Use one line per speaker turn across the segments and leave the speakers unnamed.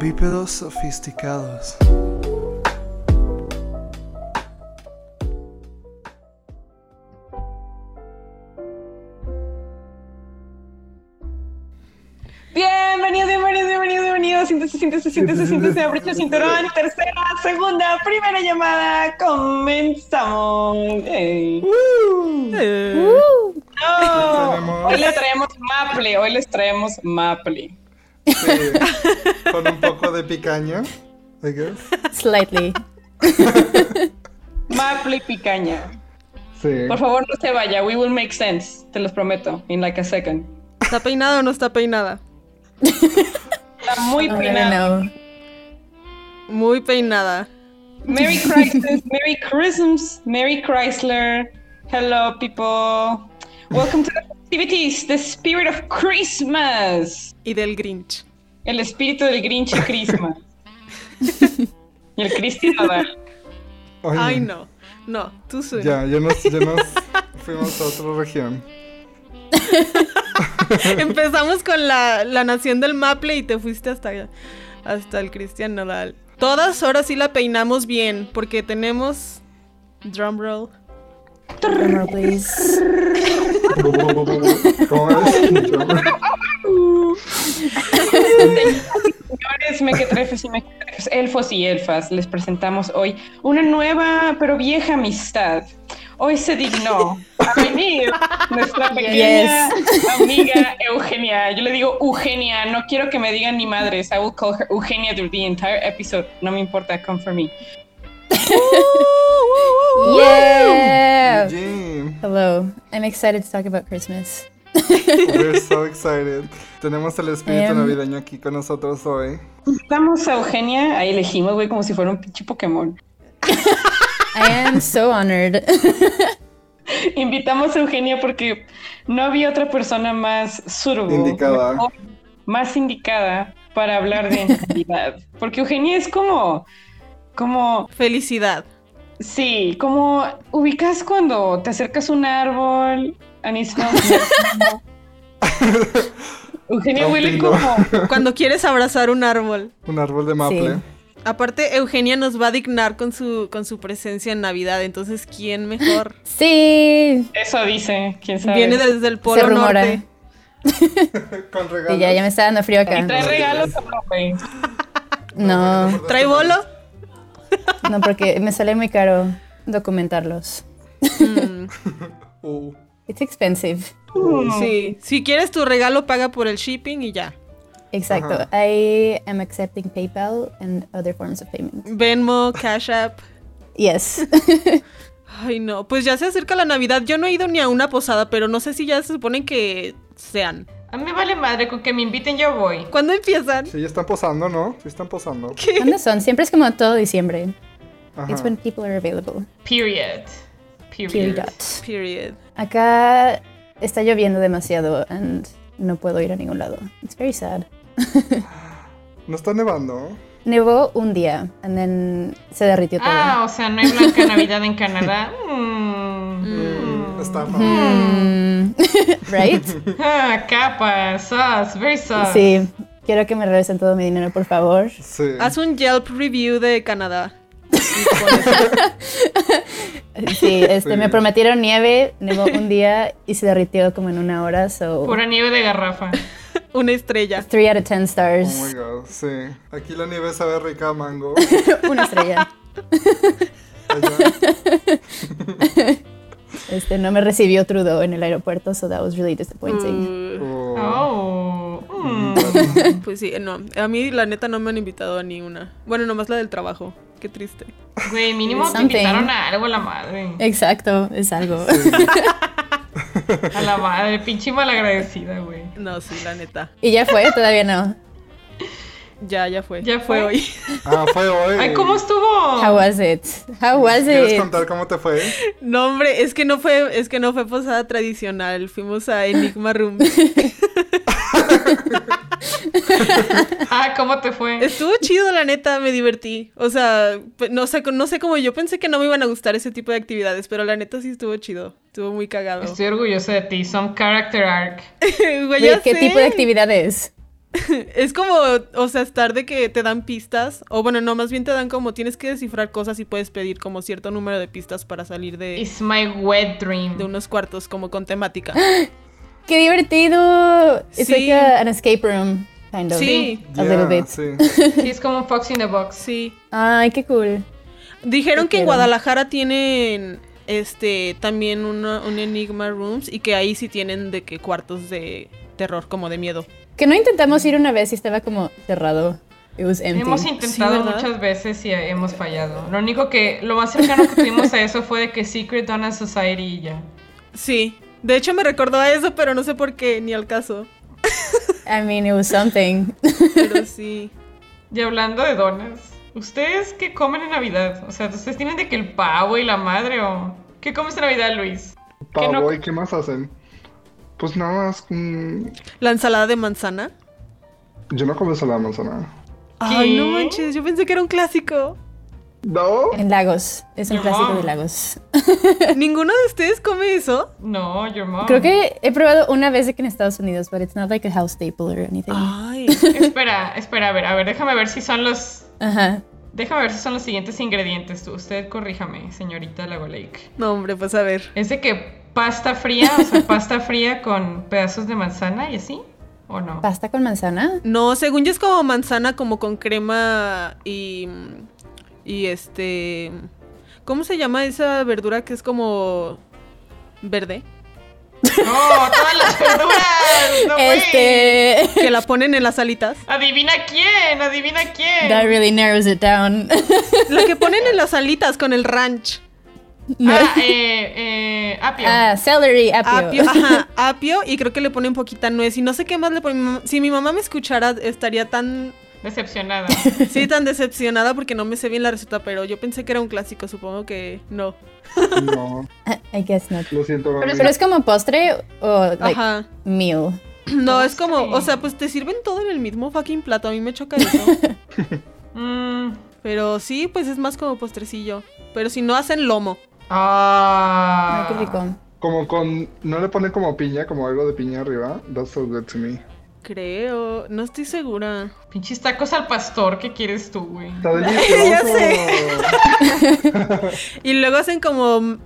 Bípedos sofisticados.
Bienvenidos, bienvenidos, bienvenidos, bienvenidos. Siéntese, siéntese, siéntese, siéntese. Abrecha el cinturón. Tercera, segunda, primera llamada. Comenzamos. Ey. Uh. No. Hoy le traemos Maple. Hoy les traemos Maple.
Sí. Con un poco de picaña, I guess.
Slightly.
Maple y picaña.
Sí.
Por favor, no se vaya. We will make sense. Te los prometo. In like a second.
¿Está peinada o no está peinada?
Está muy
I don't
peinado.
know.
Muy peinada.
Merry Christmas, Merry Christmas, Merry Chrysler. Hello, people. Welcome to the festivities, the spirit of Christmas.
Y del Grinch.
El espíritu del Grinch y Christmas. y el Cristi Nodal.
Oye,
Ay, no. No, tú soon.
Ya, ya nos, ya nos fuimos a otra región.
Empezamos con la, la nación del Maple y te fuiste hasta, hasta el Cristian Nodal. Todas horas sí la peinamos bien, porque tenemos. Drumroll.
Drummer, please.
¿Cómo es?
Señores mequetrefes y mequetrefes, elfos y elfas, les presentamos hoy una nueva pero vieja amistad. Hoy se dignó a venir nuestra pequeña amiga Eugenia. Yo le digo Eugenia, no quiero que me digan ni madres. I will call her Eugenia through the entire episode. No me importa, come for me.
Yeah.
Jim,
Hello. I'm excited to talk about Christmas.
we're so excited. Tenemos el espíritu
Em.
navideño aquí con nosotros hoy.
Estamos a Eugenia, ahí elegimos, güey, como si fuera un pinche Pokémon.
I am so honored.
Invitamos a Eugenia porque no había otra persona más surbo,
Indicada.
mejor, más indicada para hablar de Navidad. Porque Eugenia es como, como,
Felicidad.
sí, como ubicas cuando te acercas a un árbol, and it smells like- Eugenia huele
Campino.
como,
Cuando quieres abrazar un árbol.
Un árbol de maple.
Sí.
Aparte, Eugenia nos va a dignar con su, con su presencia en Navidad, entonces, ¿quién mejor?
sí.
eso dice, quién sabe.
Viene desde el Polo
rumora.
Norte.
Con regalos.
Y ya, ya me está dando frío acá.
Trae regalos a profe.
No,
¿Trae bolo?
no, porque me sale muy caro documentarlos.
Mm.
Uh,
It's expensive.
Sí, si quieres tu regalo paga por el shipping y ya.
Exacto.
Ajá.
I am accepting PayPal and other forms of payment.
Venmo, Cash App.
Yes.
Ay, no, pues ya se acerca la Navidad. Yo no he ido ni a una posada, pero no sé si ya se supone que sean.
A mí me vale madre, con que me inviten yo voy.
¿Cuándo empiezan?
sí, ya están posando, ¿no? Sí, están posando.
¿Cuándo son? Siempre es como todo diciembre.
Ajá.
It's when people are available.
Period. Period.
Period.
Period.
Acá está lloviendo demasiado and no puedo ir a ningún lado. It's very sad.
No está nevando.
Nevó un día and then se derritió todo.
Ah, o sea, no hay blanca Navidad en Canadá. Mm.
Mm, Está mal.
Mm. right?
Ah, capa, sus, very sus.
Sí. Quiero que me regresen todo mi dinero, por favor.
Sí. Oh,
Haz un Yelp review de Canadá.
Sí, este, me
bien.
prometieron nieve, nevó un día y se derritió como en una hora, so...
Pura nieve de garrafa.
Una estrella.
3 out of 10
Oh my
stars.
god, sí. Aquí la nieve sabe rica a mango.
Una estrella.
Allá.
Este, no me recibió Trudeau en el aeropuerto, so that was really
Mm.
disappointing.
Uh,
Oh. mm.
Pues sí, no. A mí la neta no me han invitado a ni una. Bueno, nomás la del trabajo. Qué triste.
Güey, mínimo te
Something. Eh.
invitaron a algo a la madre.
Exacto, es algo.
A la madre, pinche malagradecida, güey.
No, sí, la neta.
¿Y ya fue? Todavía no.
Ya, ya fue.
Ya fue.
hoy.
Ah, fue hoy.
Ay, ¿cómo
How
estuvo?
was it? How was
¿Quieres
it?
contar cómo te fue?
No, hombre, es que no fue, es que no fue posada tradicional. Fuimos a Enigma Room.
Ah, ¿cómo te fue?
Estuvo chido, la neta, me divertí. O sea, pe- no sé, no sé cómo yo pensé que no me iban a gustar ese tipo de actividades, pero la neta sí estuvo chido. Estuvo muy cagado.
Estoy orgullosa de ti, some character arc.
Güey,
Wait,
ya
¿Qué
sé.
tipo de actividades?
Es como, o sea, estar de que te dan pistas, o bueno, no, más bien te dan como tienes que descifrar cosas y puedes pedir como cierto número de pistas para salir de,
It's my wet dream.
de unos cuartos, como con temática.
¡Qué divertido! It's
Sí.
like a- an escape room, kind of.
Sí,
A little bit.
Sí.
Sí, es como un Fox in the Box.
sí.
Ay, qué cool.
Dijeron que en
Dijeron.
Guadalajara tienen este también una- un Enigma Rooms y que ahí sí tienen de que cuartos de terror, como de miedo.
Que no intentamos ir una vez y estaba como cerrado. It was empty.
Hemos
Sí,
intentado
¿verdad?
muchas veces y hemos fallado. Lo único que, lo más cercano que tuvimos a eso fue de que Secret Donna Society y ya.
Sí. De hecho me recordó a eso, pero no sé por qué, ni al caso.
I mean, it was something.
Pero sí.
Y hablando de donas, ¿ustedes qué comen en Navidad? O sea, ¿ustedes tienen de que el pavo y la madre o...? ¿Qué comes en Navidad, Luis?
Pavo,
no-
¿y qué más hacen? Pues nada más. mm,
La ensalada de manzana.
yo no como ensalada de manzana.
Ay, no
¿Qué?
manches, yo pensé que era un clásico.
¿No?
En Lagos. Es un
Your
clásico
mom.
de Lagos.
¿Ninguno de ustedes come eso?
No, your mom.
Creo que he probado una vez aquí en Estados Unidos, pero it's not like a house staple or anything.
Ay.
Espera, espera, a ver, a ver, déjame ver si son los...
Ajá.
Déjame ver si son los siguientes ingredientes. Usted corríjame, señorita Lago Lake.
No, hombre, pues a ver.
¿Es de que pasta fría, o sea, pasta fría con pedazos de manzana y así? ¿O no?
Pasta con manzana.
No, según yo es como manzana, como con crema y. Y este. ¿Cómo se llama esa verdura que es como. verde?
¡No! ¡Todas las verduras! ¡No, güey!
este.
Que la ponen en las alitas.
¿Adivina quién? ¿Adivina quién?
That really narrows it down.
La que ponen en las alitas con el ranch.
No.
Ah, eh, eh, apio.
Ah, celery, apio.
Apio, ajá, apio y creo que le ponen poquita nuez y no sé qué más le ponen. Si mi mamá me escuchara estaría tan,
Decepcionada.
sí, tan decepcionada porque no me sé bien la receta, pero yo pensé que era un clásico, supongo que no.
No,
I guess not.
lo siento,
Pero
mami.
Pero es como postre o like
Ajá.
meal.
No, es como, o
Postre.
sea, pues te sirven todo en el mismo fucking plato, a mí me choca eso.
Mm,
Pero sí, pues es más como postrecillo. Pero si no hacen lomo.
Ah.
Ay, qué rico.
Como con. No le ponen como piña, como algo de piña arriba. That's so good to me.
Creo, no estoy segura.
Pinches tacos al pastor, ¿qué quieres tú, güey?
Está delicioso.
Ya sé. Y luego hacen como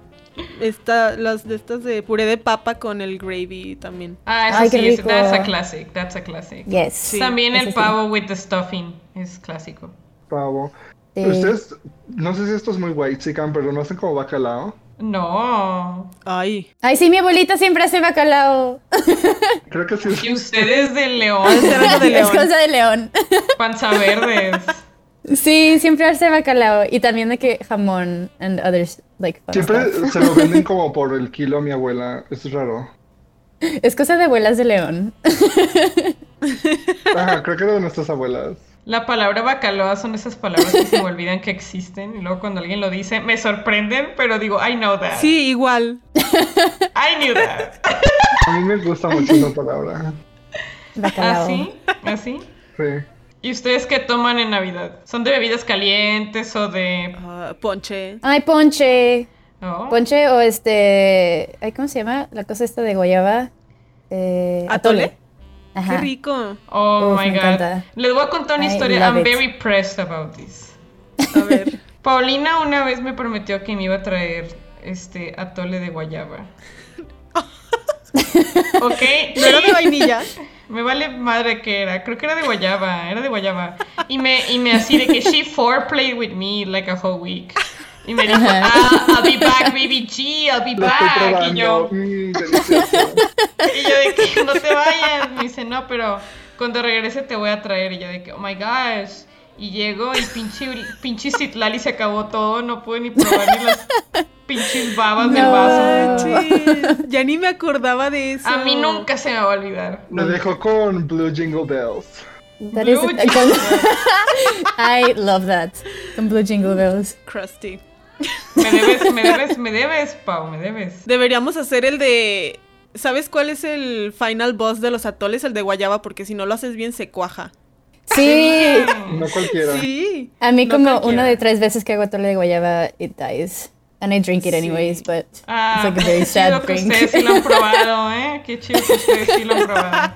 esta, las de estas de puré de papa con el gravy también.
Ah, eso
Ay, qué
sí, es-
rico.
that's a classic, that's a classic.
Yes.
Sí.
También
eso
el
sí.
pavo with the stuffing es clásico.
Pavo.
Sí.
Ustedes, no sé si esto es muy white chican, pero no hacen como bacalao.
No.
Ay.
Ay, sí, mi abuelita siempre hace bacalao.
Creo que sí es.
Y ustedes de León,
Ha de ser algo de
es
león.
cosa de león.
panza verdes.
Sí, siempre hace bacalao. Y también de que jamón and others like fun
Siempre
stuff.
se lo venden como por el kilo a mi abuela. Es raro.
Es cosa de abuelas de león.
Ajá, creo que era de nuestras abuelas.
La palabra bacalao son esas palabras que se me olvidan que existen. Y luego cuando alguien lo dice, me sorprenden, pero digo, I know that.
Sí, igual.
I knew that.
A mí me gusta mucho esa palabra.
Ah,
Bacalao.
Así, así.
Sí.
¿Y ustedes qué toman en Navidad? ¿Son de bebidas calientes o de...?
Ah, ponche.
Ay, ponche.
no?
Ponche o este. Ay, ¿cómo se llama? La cosa esta de guayaba. Eh,
¿Atole?
Ajá.
Qué rico.
Oh
Uf,
my
me
god.
encanta.
Les voy a contar una
I
historia. I'm
love it.
very pressed about this.
A ver.
Paulina una vez me prometió que me iba a traer este atole de guayaba. ok,
¿No era de vainilla?
me vale madre que era. Creo que era de guayaba, era de guayaba. Y me, y me así de que she foreplayed with me like a whole week. Y me dijo, ah, I'll be back, baby G, I'll be
Lo estoy
back. Y yo,
probando. Mm, delicioso.
Y yo de que no te vayas. Me dice, no, pero cuando regrese te voy a traer. Y yo de que, oh my gosh. Y llego y pinche, pinche Citlali se acabó todo. No pude ni probar ni las pinches babas del
No.
vaso.
Manches. Ya ni me acordaba de eso.
A mí nunca se me va a olvidar.
Me dejó con Blue Jingle Bells.
That is-
Blue Jingle.
I love that. Con Blue Jingle Bells.
Krusty.
Me debes, me debes, me debes, Pau, me debes.
Deberíamos hacer el de. ¿Sabes cuál es el final boss de los atoles? El de guayaba, porque si no lo haces bien se cuaja.
Sí.
No cualquiera.
Sí.
A mí
No
como
cualquiera.
una de tres veces que hago atole de guayaba, it dies. And I drink it anyways, but
Ah,
it's
qué
like a very
chido
sad
que
drink.
ustedes sí lo han probado, ¿eh? Qué chido que ustedes sí lo han probado.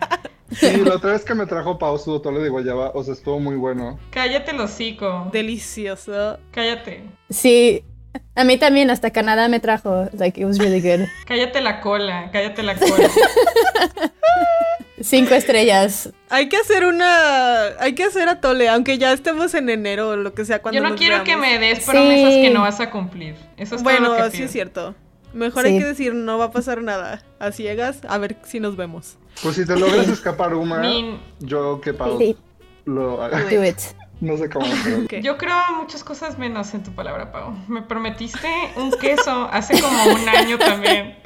Sí, la otra vez que me trajo Pau su tole de guayaba, o sea, estuvo muy bueno.
Cállate el hocico.
Delicioso.
Cállate.
Sí, a mí también, hasta Canadá me trajo. Like, it was really good.
Cállate la cola. Cállate la cola.
Cinco estrellas.
Hay que hacer una. Hay que hacer atole, aunque ya estemos en enero o lo que sea cuando
Yo no
nos
quiero que
veamos.
me des promesas
Sí.
que no vas a cumplir. Eso es todo lo
Bueno,
que
sí es
pido.
cierto. Mejor
Sí.
hay que decir, no va a pasar nada. A ciegas, a ver si nos vemos.
Pues si te logras escapar, Uma,
Min,
yo que Pau
Sí,
lo haga.
do it.
No sé cómo. pero-
Ok.
Yo creo muchas cosas menos en tu palabra, Pau. Me prometiste un queso hace como un año también.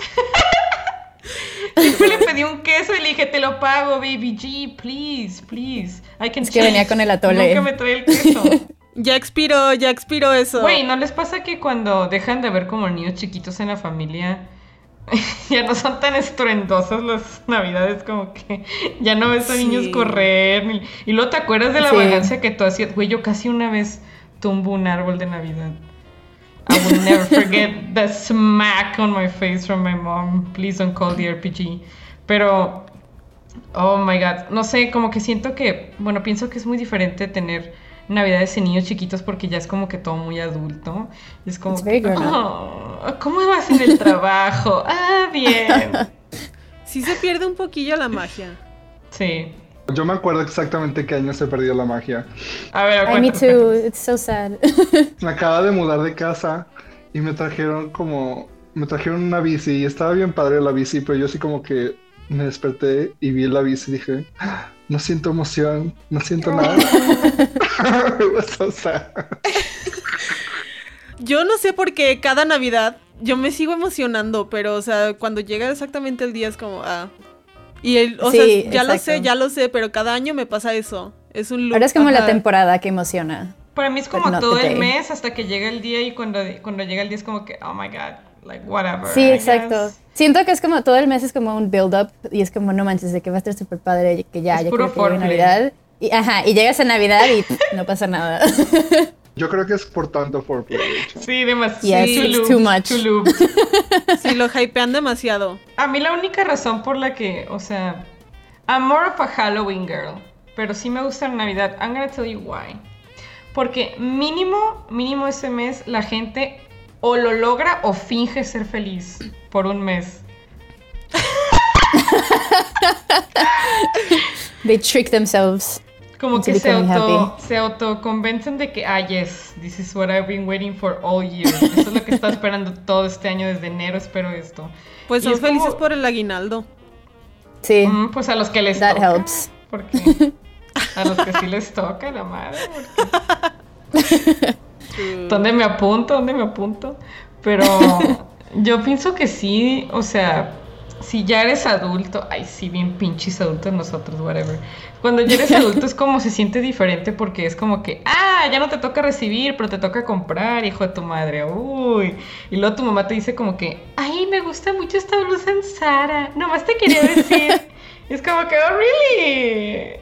Siempre le pedí un queso y le dije, te lo pago, baby G, please, please. I can
Es que
change.
venía con el atole.
Nunca me trae el queso.
Ya expiró, ya expiró eso.
Güey, ¿no les pasa que cuando dejan de ver como niños chiquitos en la familia, ya no son tan estruendosas las navidades como que ya no ves a niños
Sí.
correr? ni- Y luego te acuerdas de la
Sí.
vagancia que tú hacías. Güey, yo casi una vez tumbo un árbol de Navidad. I will never forget the smack on my face from my mom. Please don't call the RPG. Pero Oh my god, no sé, como que siento que, bueno, pienso que es muy diferente tener navidades sin niños chiquitos porque ya es como que todo muy adulto. Y es como,
It's very grown up.
"Oh, ¿cómo vas en el trabajo? Ah, bien.
Sí se pierde un poquillo la magia.
Sí.
Yo me acuerdo exactamente qué año se perdió la magia.
A ver,
I, me
cuéntame.
too. It's so sad.
Me acababa de mudar de casa y me trajeron como. Me trajeron una bici y estaba bien padre la bici, pero yo sí como que me desperté y vi la bici y dije, "Ah, no siento emoción, no siento nada. o sea,
Yo no sé por qué cada Navidad yo me sigo emocionando, pero, o sea, cuando llega exactamente el día es como, ah. Y el, o
Sí,
sea, ya lo
exacto.
sé, ya lo sé, pero cada año me pasa eso. Es un loop.
Ahora es como la
Ajá.
temporada que emociona.
Para mí es
But
como
not
todo
the
el
day.
mes hasta que llega el día y cuando, cuando llega el día es como que, oh my god, like whatever.
Sí,
I
exacto.
guess.
Siento que es como todo el mes es como un build up y es como no manches de que va a estar súper padre que ya
Es
ya
puro
quiero que llegue
foreplay.
Navidad y ajá y llegas a Navidad y pff, no pasa nada.
yo creo que es por tanto foreplay. de hecho.
Sí, demasiado.
Yes, it's too much.
Too looped.
Sí, lo hypean demasiado.
A mí la única razón por la que, o sea, I'm more of a Halloween girl, pero sí me gusta la Navidad. I'm gonna tell you why. Porque mínimo, mínimo ese mes la gente o lo logra o finge ser feliz por un mes.
They trick themselves.
Como
Into
que se
becoming
auto,
happy.
se autoconvencen de que, ah, yes, this is what I've been waiting for all year. Eso es lo que he estado esperando todo este año, desde enero espero esto.
Pues
Y
son
es como-
felices por el aguinaldo.
Sí,
Mm, pues a los que les
that
toca.
helps.
Porque a los que sí les toca la madre. porque- ¿Dónde me apunto? ¿Dónde me apunto? Pero yo pienso que sí, o sea, si ya eres adulto, ay, sí, bien pinches adultos nosotros, whatever. Cuando ya eres adulto es como se siente diferente porque es como que, ah, ya no te toca recibir, pero te toca comprar, hijo de tu madre, uy. Y luego tu mamá te dice como que, ay, me gusta mucho esta blusa en Sara, nomás te quería decir. Y es como que, oh, really.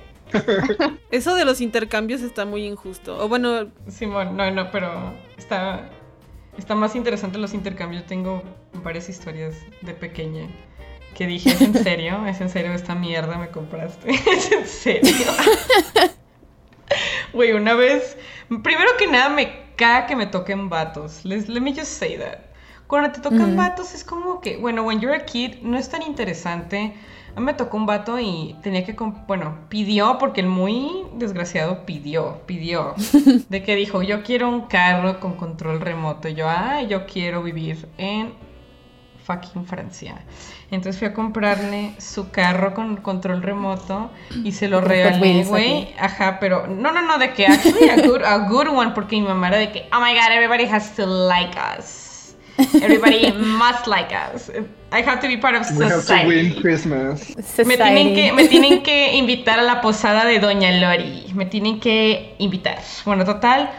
Eso de los intercambios está muy injusto. O bueno,
Simón, no, no, pero está, está más interesante los intercambios. Tengo varias historias de pequeña que dije, ¿es en serio? ¿Es en serio esta mierda me compraste? ¿Es en serio? Güey, una vez, primero que nada me caga que me toquen vatos. Les, let me just say that. Cuando te tocan
Ujú.
vatos es como que, bueno, when you're a kid no es tan interesante. A mí me tocó un vato y tenía que, comp- bueno, pidió, porque el muy desgraciado pidió, pidió, de que dijo, yo quiero un carro con control remoto. Y yo, ah, yo quiero vivir en fucking Francia. Entonces fui a comprarle su carro con control remoto y se lo
Con Hot
regalé,
Wheels
güey. Ajá, pero no, no, no, de que actually a good, a good one, porque mi mamá era de que, oh my god, everybody has to like us. Everybody must like us. I have to be part of
We have to win
society.
Christmas.
Me
Society.
tienen, que, me tienen que invitar a la posada de Doña Lori. Me tienen que invitar. Bueno, total,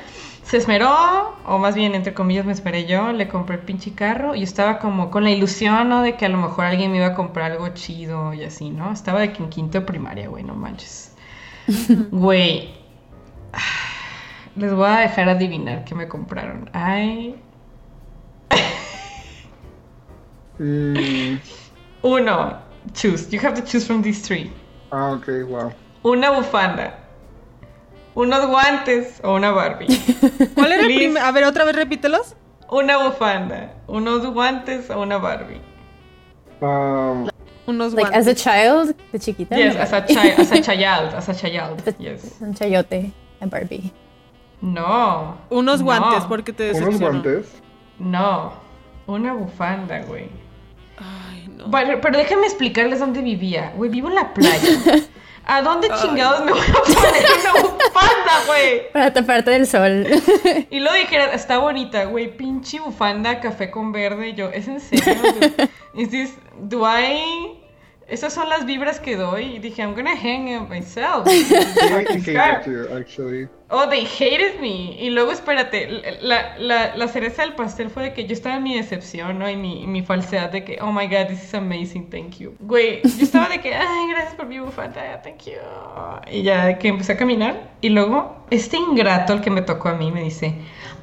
se esmeró, o más bien, entre comillas, me esperé yo. Le compré el pinche carro y estaba como con la ilusión, ¿no? De que a lo mejor alguien me iba a comprar algo chido y así, ¿no? Estaba de que en quinto de primaria, güey, no manches. Güey. Les voy a dejar adivinar qué me compraron. Ay.
Mm,
Uno. Choose. You have to choose from these three.
ok. Ah, ok, wow.
Una bufanda. Unos guantes o una Barbie.
¿Cuál era el
Liz.
primer? A ver, otra vez repítelos.
Una bufanda. Unos guantes o una Barbie.
Ah,
Unos
Like, as
guantes.
a child, de chiquita.
Yes,
no,
as a, chi- as a child. As a child. Yes.
Un chayote a Barbie.
No.
Unos
No.
guantes, porque te
unos
decepcionó.
guantes.
No. Una bufanda, güey.
Ay, no.
Pero, pero déjame explicarles dónde vivía. Güey, vivo en la playa. ¿A dónde chingados me voy a poner una bufanda, güey?
Para taparte del sol.
Y luego dijeron, está bonita, güey, pinche bufanda, café con verde. Y yo, ¿es en serio? dude? Is this, do I... Esas son las vibras que doy. Y dije, I'm gonna hang it myself.
I hated
Scar.
you, actually.
Oh, they hated me. Y luego, espérate, la, la- la cereza del pastel fue de que yo estaba en mi decepción, ¿no? Y mi, y mi falsedad de que, oh my god, this is amazing, thank you. Güey, yo estaba de que, ay, gracias por mi bufanda, thank you. Y ya de que empecé a caminar. Y luego, este ingrato, el que me tocó a mí, me dice,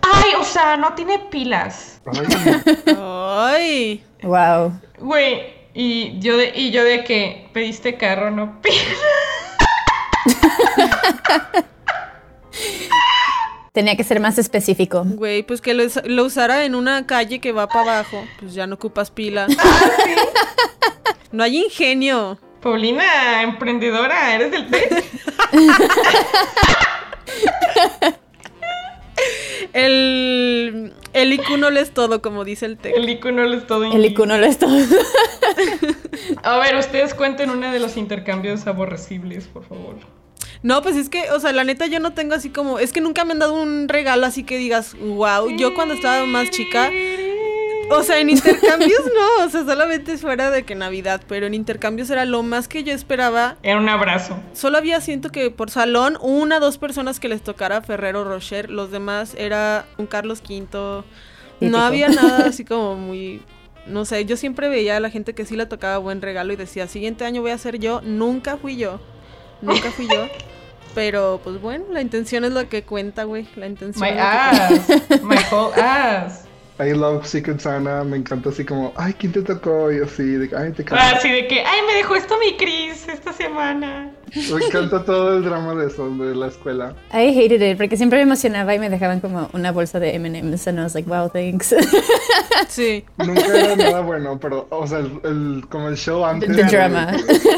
ay, o sea, no tiene pilas.
Ay,
Ay.
wow.
Güey, y yo de, y yo de que, pediste carro, no pilas.
Tenía que ser más específico.
Mm.
Güey, pues que lo, us- lo usara en una calle que va para abajo. Pues ya no ocupas pila.
Ah,
No hay ingenio.
Paulina, emprendedora, eres del pez.
El, el IQ no lo es todo, como dice el texto.
El icono lo es todo.
El icono lo es todo.
A ver, ustedes cuenten una de los intercambios aborrecibles, por favor.
No, pues es que, o sea, la neta yo no tengo así como, es que nunca me han dado un regalo así que digas, wow, yo cuando estaba más chica, o sea, en intercambios no, o sea, solamente fuera de que Navidad, pero en intercambios era lo más que yo esperaba.
Era un abrazo.
Solo había, siento que por salón, una dos personas que les tocara Ferrero Rocher, los demás era un Carlos V.
Típico.
No había nada así como muy, no sé, yo siempre veía a la gente que sí le tocaba buen regalo y decía, siguiente año voy a ser yo, nunca fui yo, nunca fui yo. Pero pues bueno, la intención es lo que cuenta, güey, la intención.
My
es lo que cuenta.
ass. My whole ass.
I love Secret Santa, me encanta así como, ay, ¿quién te tocó? Y así, de que, ay, te
Ah,
encanta.
Así de que, ay, me dejó esto mi Cris esta semana.
Me encanta todo el drama de eso, de la escuela.
I hated it porque siempre me emocionaba y me dejaban como una bolsa de M&M's and I was like, wow, thanks.
Sí,
Nunca era nada bueno, pero, o sea, el, el- como el show antes.
the
de-
drama.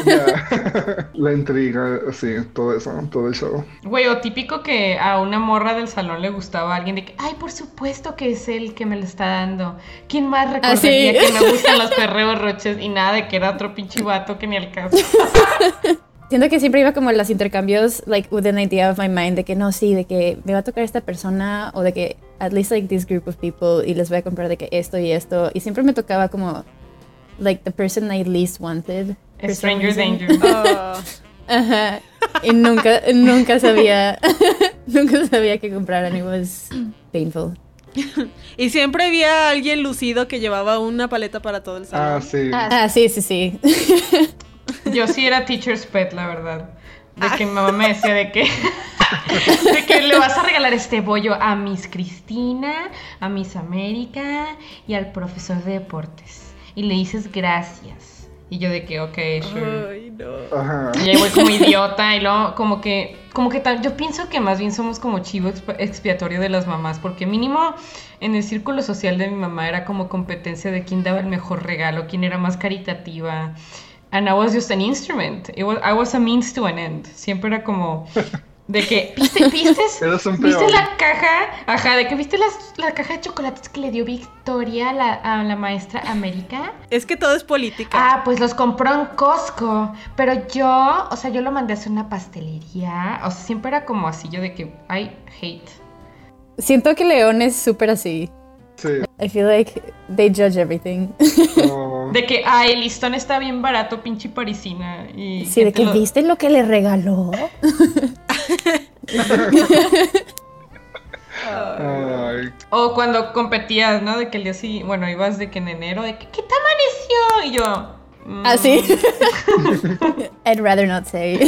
Ya. La intriga, sí, todo eso, todo el show.
Güey, o típico que a una morra del salón le gustaba a alguien de que, ay, por supuesto que es él que me lo está dando. ¿Quién
Ah,
más recordaría
sí.
que me gustan los perreos roches? Y nada de que era otro pinche vato que ni al caso.
Pues
Siento que siempre iba como en los intercambios, like, with an idea of my mind, de que no, sí, de que me va a tocar esta persona o de que at least like this group of people y les voy a comprar de que esto y esto. Y siempre me tocaba como, like, the person I least wanted. for some
Stranger
reason.
Danger.
Ah,
Ajá. Y nunca, nunca sabía, nunca sabía qué comprar and it was painful.
y siempre había alguien lucido que llevaba una paleta para todo el salón.
Ah, sí.
Ah, sí, sí, sí.
Yo sí era teacher's pet, la verdad. De que mi mamá me decía de que, de que le vas a regalar este bollo a Miss Cristina, a Miss América y al profesor de deportes. Y le dices gracias. Y yo de que, ok, sure.
Ay, no.
Ajá.
Y ahí voy como idiota y luego como que, como que tan- yo pienso que más bien somos como chivo exp- expiatorio de las mamás, porque mínimo en el círculo social de mi mamá era como competencia de quién daba el mejor regalo, quién era más caritativa. And I was just an instrument. It was- I was a means to an end. Siempre era como de que, ¿viste, vistes-
Eres un
¿Viste
peón.
la caja? Ajá, de que viste las- la caja de chocolates que le dio Victoria a la, a la maestra América.
Es que todo es política.
Ah, pues los compró en Costco. Pero yo, o sea, yo lo mandé a hacer una pastelería. O sea, siempre era como así, yo de que, I hate.
Siento que León es súper así.
Sí.
I feel like they judge everything.
como-
De que, ay, el listón está bien barato, pinche parisina. Y
Sí, de
gente
que
lo-
viste lo que le regaló.
Ay,
O cuando competías, ¿no? De que el día sí, bueno, ibas de que en enero, de que, ¿qué te amaneció? Y yo, mm,
Así. Ah, I'd rather not say.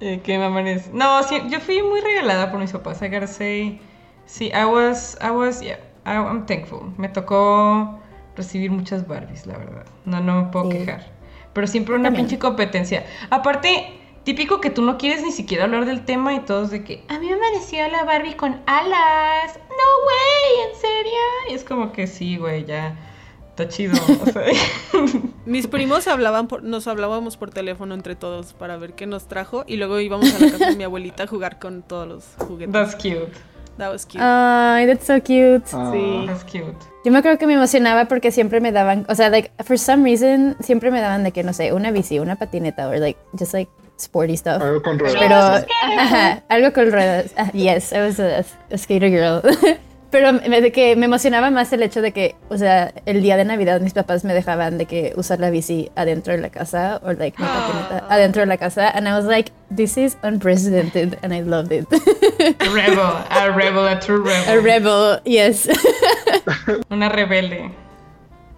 eh, ¿qué me amaneció? No, sí, yo fui muy regalada por mis papás. I gotta say, sí, I was, I was, yeah, I- I'm thankful. Me tocó recibir muchas Barbies, la verdad. No, no me puedo
Sí.
quejar. Pero siempre una
También.
pinche competencia. Aparte, Típico que tú no quieres ni siquiera hablar del tema y todos de que a mí me pareció la Barbie con alas. No, güey, en serio. Y es como que sí, güey, ya. Está chido. o sea,
Mis primos hablaban por- nos hablábamos por teléfono entre todos para ver qué nos trajo y luego íbamos a la casa de mi abuelita a jugar con todos los juguetes.
that's cute.
That was
Ah.
cute.
Ay, that's so cute.
Ah,
Sí.
That's cute.
Yo me creo que me emocionaba porque siempre me daban, o sea, like, for some reason, siempre me daban de que, no sé, una bici, una patineta, or like, just like sporty stuff.
Algo con ruedas.
Pero, ajá, algo con ruedas. Ah, yes, I was a, a skater girl. Pero me, de que me emocionaba más el hecho de que, o sea, el día de Navidad mis papás me dejaban de que usar la bici adentro de la casa, o like, mi patineta adentro de la casa, and I was like, this is unprecedented, and I loved it.
A rebel, a rebel, a true rebel.
a rebel, yes.
Una rebelde.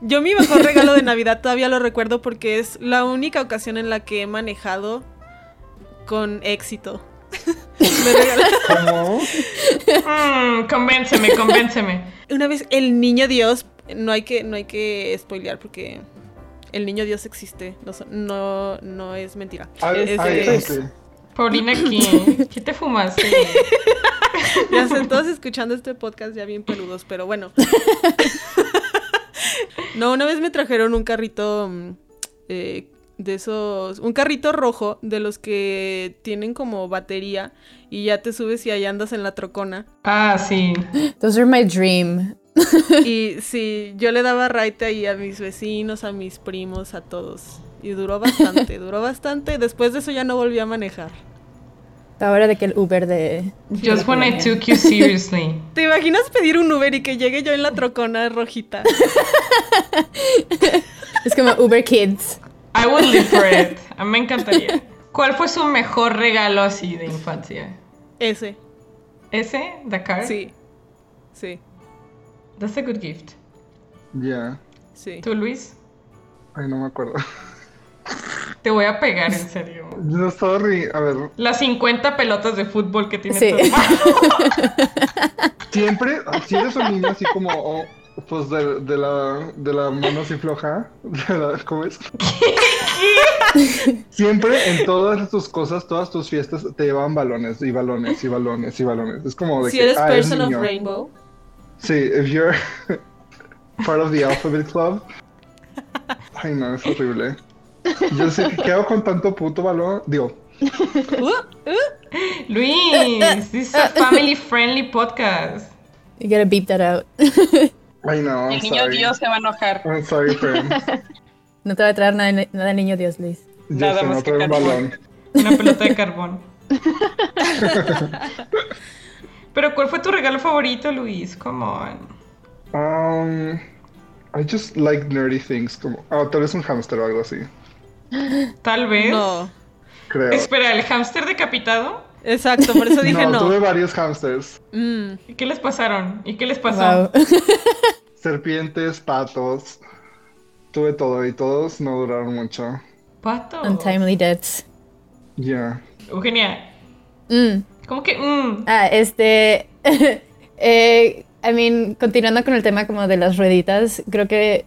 Yo mi mejor regalo de Navidad todavía lo recuerdo porque es la única ocasión en la que he manejado con éxito. Me regalaron-
¿Cómo?
Mm, convénceme, convénceme.
Una vez el niño Dios, no hay que, no hay que spoilear porque el niño Dios existe, no, so- no, no es mentira.
Ay,
Este-
ay, Ah, ok.
Paulina, ¿qué, ¿qué te fumaste?
Ya sé, todos escuchando este podcast ya bien peludos, pero bueno. No, una vez me trajeron un carrito mm, eh, de esos, un carrito rojo de los que tienen como batería y ya te subes y ahí andas en la trocona.
Ah, sí.
Those are my dream.
Y sí, yo le daba raite ahí a mis vecinos, a mis primos, a todos. Y duró bastante, duró bastante. Después de eso ya no volví a manejar.
Ahora de que el Uber de...
Just when I took you seriously.
¿Te imaginas pedir un Uber y que llegue yo en la trocona rojita?
Es como Uber Kids.
I would live for it. A mí me encantaría. ¿Cuál fue su mejor regalo así de infancia?
Ese,
¿Ese? ¿The car?
sí. Sí,
That's a good gift.
Ya.
sí.
¿Tú, Luis?
Ay, no me acuerdo.
Te voy a pegar, en serio.
No, sorry. A ver,
Las 50 pelotas de fútbol que tienes.
Sí.
siempre, si eres un niño así como, oh, pues de, de la, de la mano así floja, de la- ¿cómo es? Siempre en todas tus cosas, todas tus fiestas, te llevan balones y balones y balones y balones. Es como de
Si
que,
eres
ah,
person of
niño.
rainbow.
Sí, if you're part of the alphabet club. Ay, no, es horrible. Yo sé que quedo con tanto puto balón. Digo,
Luis, this is a family friendly podcast.
You gotta beep that out.
ay, no, I'm
El niño
sorry.
Dios se va a enojar.
I'm sorry, friend.
No te va a traer nada, nada niño Dios, Liz.
Ya
Nada
se
más
no
que
trae un
carbón.
balón.
Una pelota de carbón. Pero ¿cuál fue tu regalo favorito, Luis? Come on.
Um, I just like nerdy things, como, ah, tal vez un hamster o algo así,
Tal vez.
No.
creo.
Espera, ¿el hámster decapitado?
Exacto, por eso dije
no,
no.
tuve varios hamsters,
Mm,
¿Y qué les pasaron? ¿Y qué les
Wow.
pasó?
serpientes, patos, tuve todo y todos no duraron mucho.
Pato.
Untimely deaths.
Ya,
Eugenia,
Mm.
¿cómo que? mm?
Ah, este. eh, I mean, continuando con el tema como de las rueditas, creo que,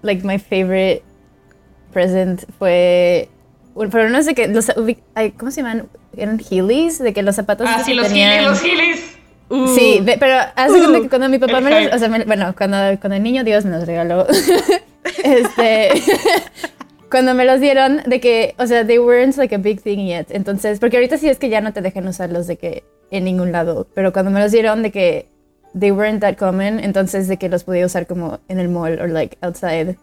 like, my favorite present fue. bueno, Pero no sé qué. Los, ubi- ay, ¿Cómo se llaman? ¿Eran Heelys? De que los zapatos.
Ah,
estos
sí,
que
los
tenían-
giles, los giles.
uh,
Sí, ve- pero haz de cuenta que cuando mi papá
Uh. el
me los,
hype.
o sea, me- bueno, cuando, cuando el niño Dios me los regaló, este, cuando me los dieron, de que, o sea, they weren't like a big thing yet, entonces, porque ahorita sí es que ya no te dejan usarlos de que en ningún lado, pero cuando me los dieron de que they weren't that common, entonces de que los podía usar como en el mall or like outside,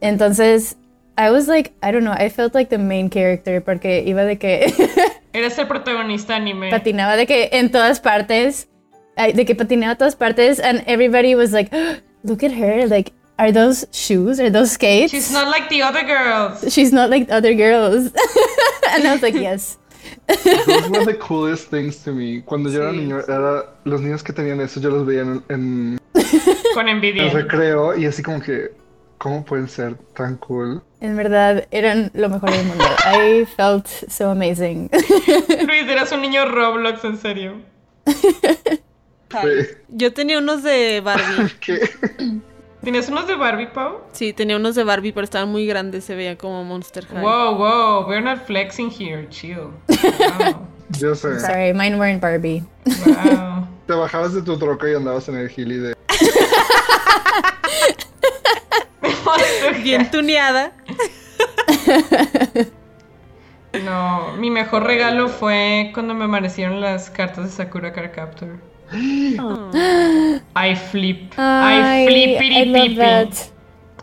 entonces, I was like, I don't know, I felt like the main character porque iba de que
Eres el protagonista anime.
patinaba de que en todas partes, ay, de que patinaba a todas partes, and everybody was like, "Oh, look at her, like, are those shoes? Are those skates?
She's not like the other girls.
She's not like the other girls. and I was like, yes.
those were the coolest things to me. Cuando yo era
Sí.
niño, era, los niños que tenían eso, yo los veía en, en
Con envidia.
el recreo y así como que, ¿cómo pueden ser tan cool?
En verdad, eran lo mejor del mundo. I felt so amazing.
Luis, eras un niño Roblox, en serio.
Fue-
Yo tenía unos de Barbie.
¿Qué?
¿Tenías unos de Barbie, Pau?
Sí, tenía unos de Barbie, pero estaban muy grandes, se veía como Monster High.
Wow, wow, we're not flexing here, chill. Wow,
Yo sé.
Sorry, mine weren't Barbie.
wow.
Te bajabas de tu troca y andabas en el gili de.
Bien tuneada.
No, mi mejor regalo fue cuando me amanecieron las cartas de Sakura Card Captor. I flip. I
Ay, I
flippity
love
pipi.
that.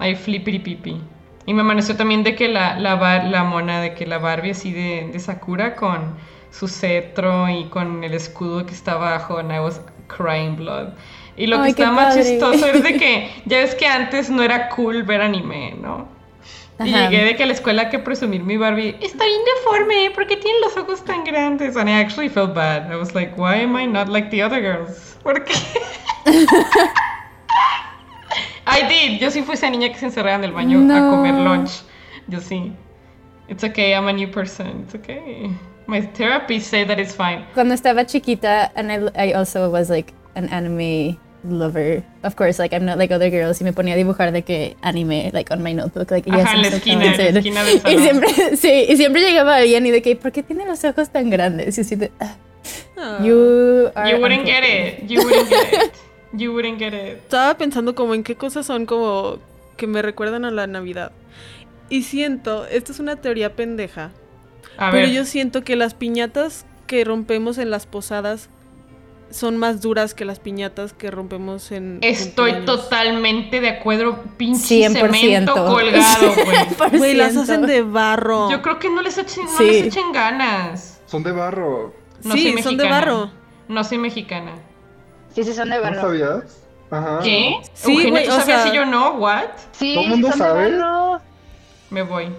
I flippity pipi. Y me amaneció también de que la, la, bar- la mona, de que la Barbie así de, de Sakura con su cetro y con el escudo que está abajo. And I was crying blood. Y lo que
Ay, qué
está más
padre.
chistoso es de que ya ves que antes no era cool ver anime, ¿no? Y
Ajá.
llegué de que a la escuela que presumir mi Barbie está bien deforme, ¿por qué tiene los ojos tan grandes? And I actually felt bad. I was like, why am I not like the other girls? ¿Por qué? I did. Yo sí fui esa niña que se encerraba en el baño a
No.
comer lunch. Yo sí. It's okay, I'm a new person. It's okay. My therapist said that it's fine.
Cuando estaba chiquita, and I, I also was like an anime lover. Of course, like I'm not like other girls. Y me ponía a dibujar de que anime, like on my notebook, like
Ajá,
yes,
en
I'm
la
so
esquina, en la
talented.
esquina del
Y
salón.
siempre, sí, y siempre llegaba alguien y de que, ¿por qué tiene los ojos tan grandes? Y así de, "Ah, you are.
You wouldn't get
uncool."
it. You wouldn't get it. You wouldn't get it.
Estaba pensando como en qué cosas son como que me recuerdan a la Navidad. Y siento, esta es una teoría pendeja,
A
pero
ver.
yo siento que las piñatas que rompemos en las posadas son más duras que las piñatas que rompemos en
Estoy
cumpleaños.
totalmente de acuerdo, pinche
100%.
cemento colgado, güey.
Güey, las
100%.
hacen de barro.
Yo creo que no les echen, no
Sí.
les echen ganas.
Son de barro.
No
Sí,
soy
son de
mexicana.
barro.
No soy mexicana.
Sí, sí, son de
¿No
barro.
sabías? Ajá.
¿Qué?
Sí,
Eugenio,
güey,
¿tú
o
sabías
sea-
si yo no? ¿What?
Sí,
Todo el mundo
son
sabe.
de barro.
Me voy.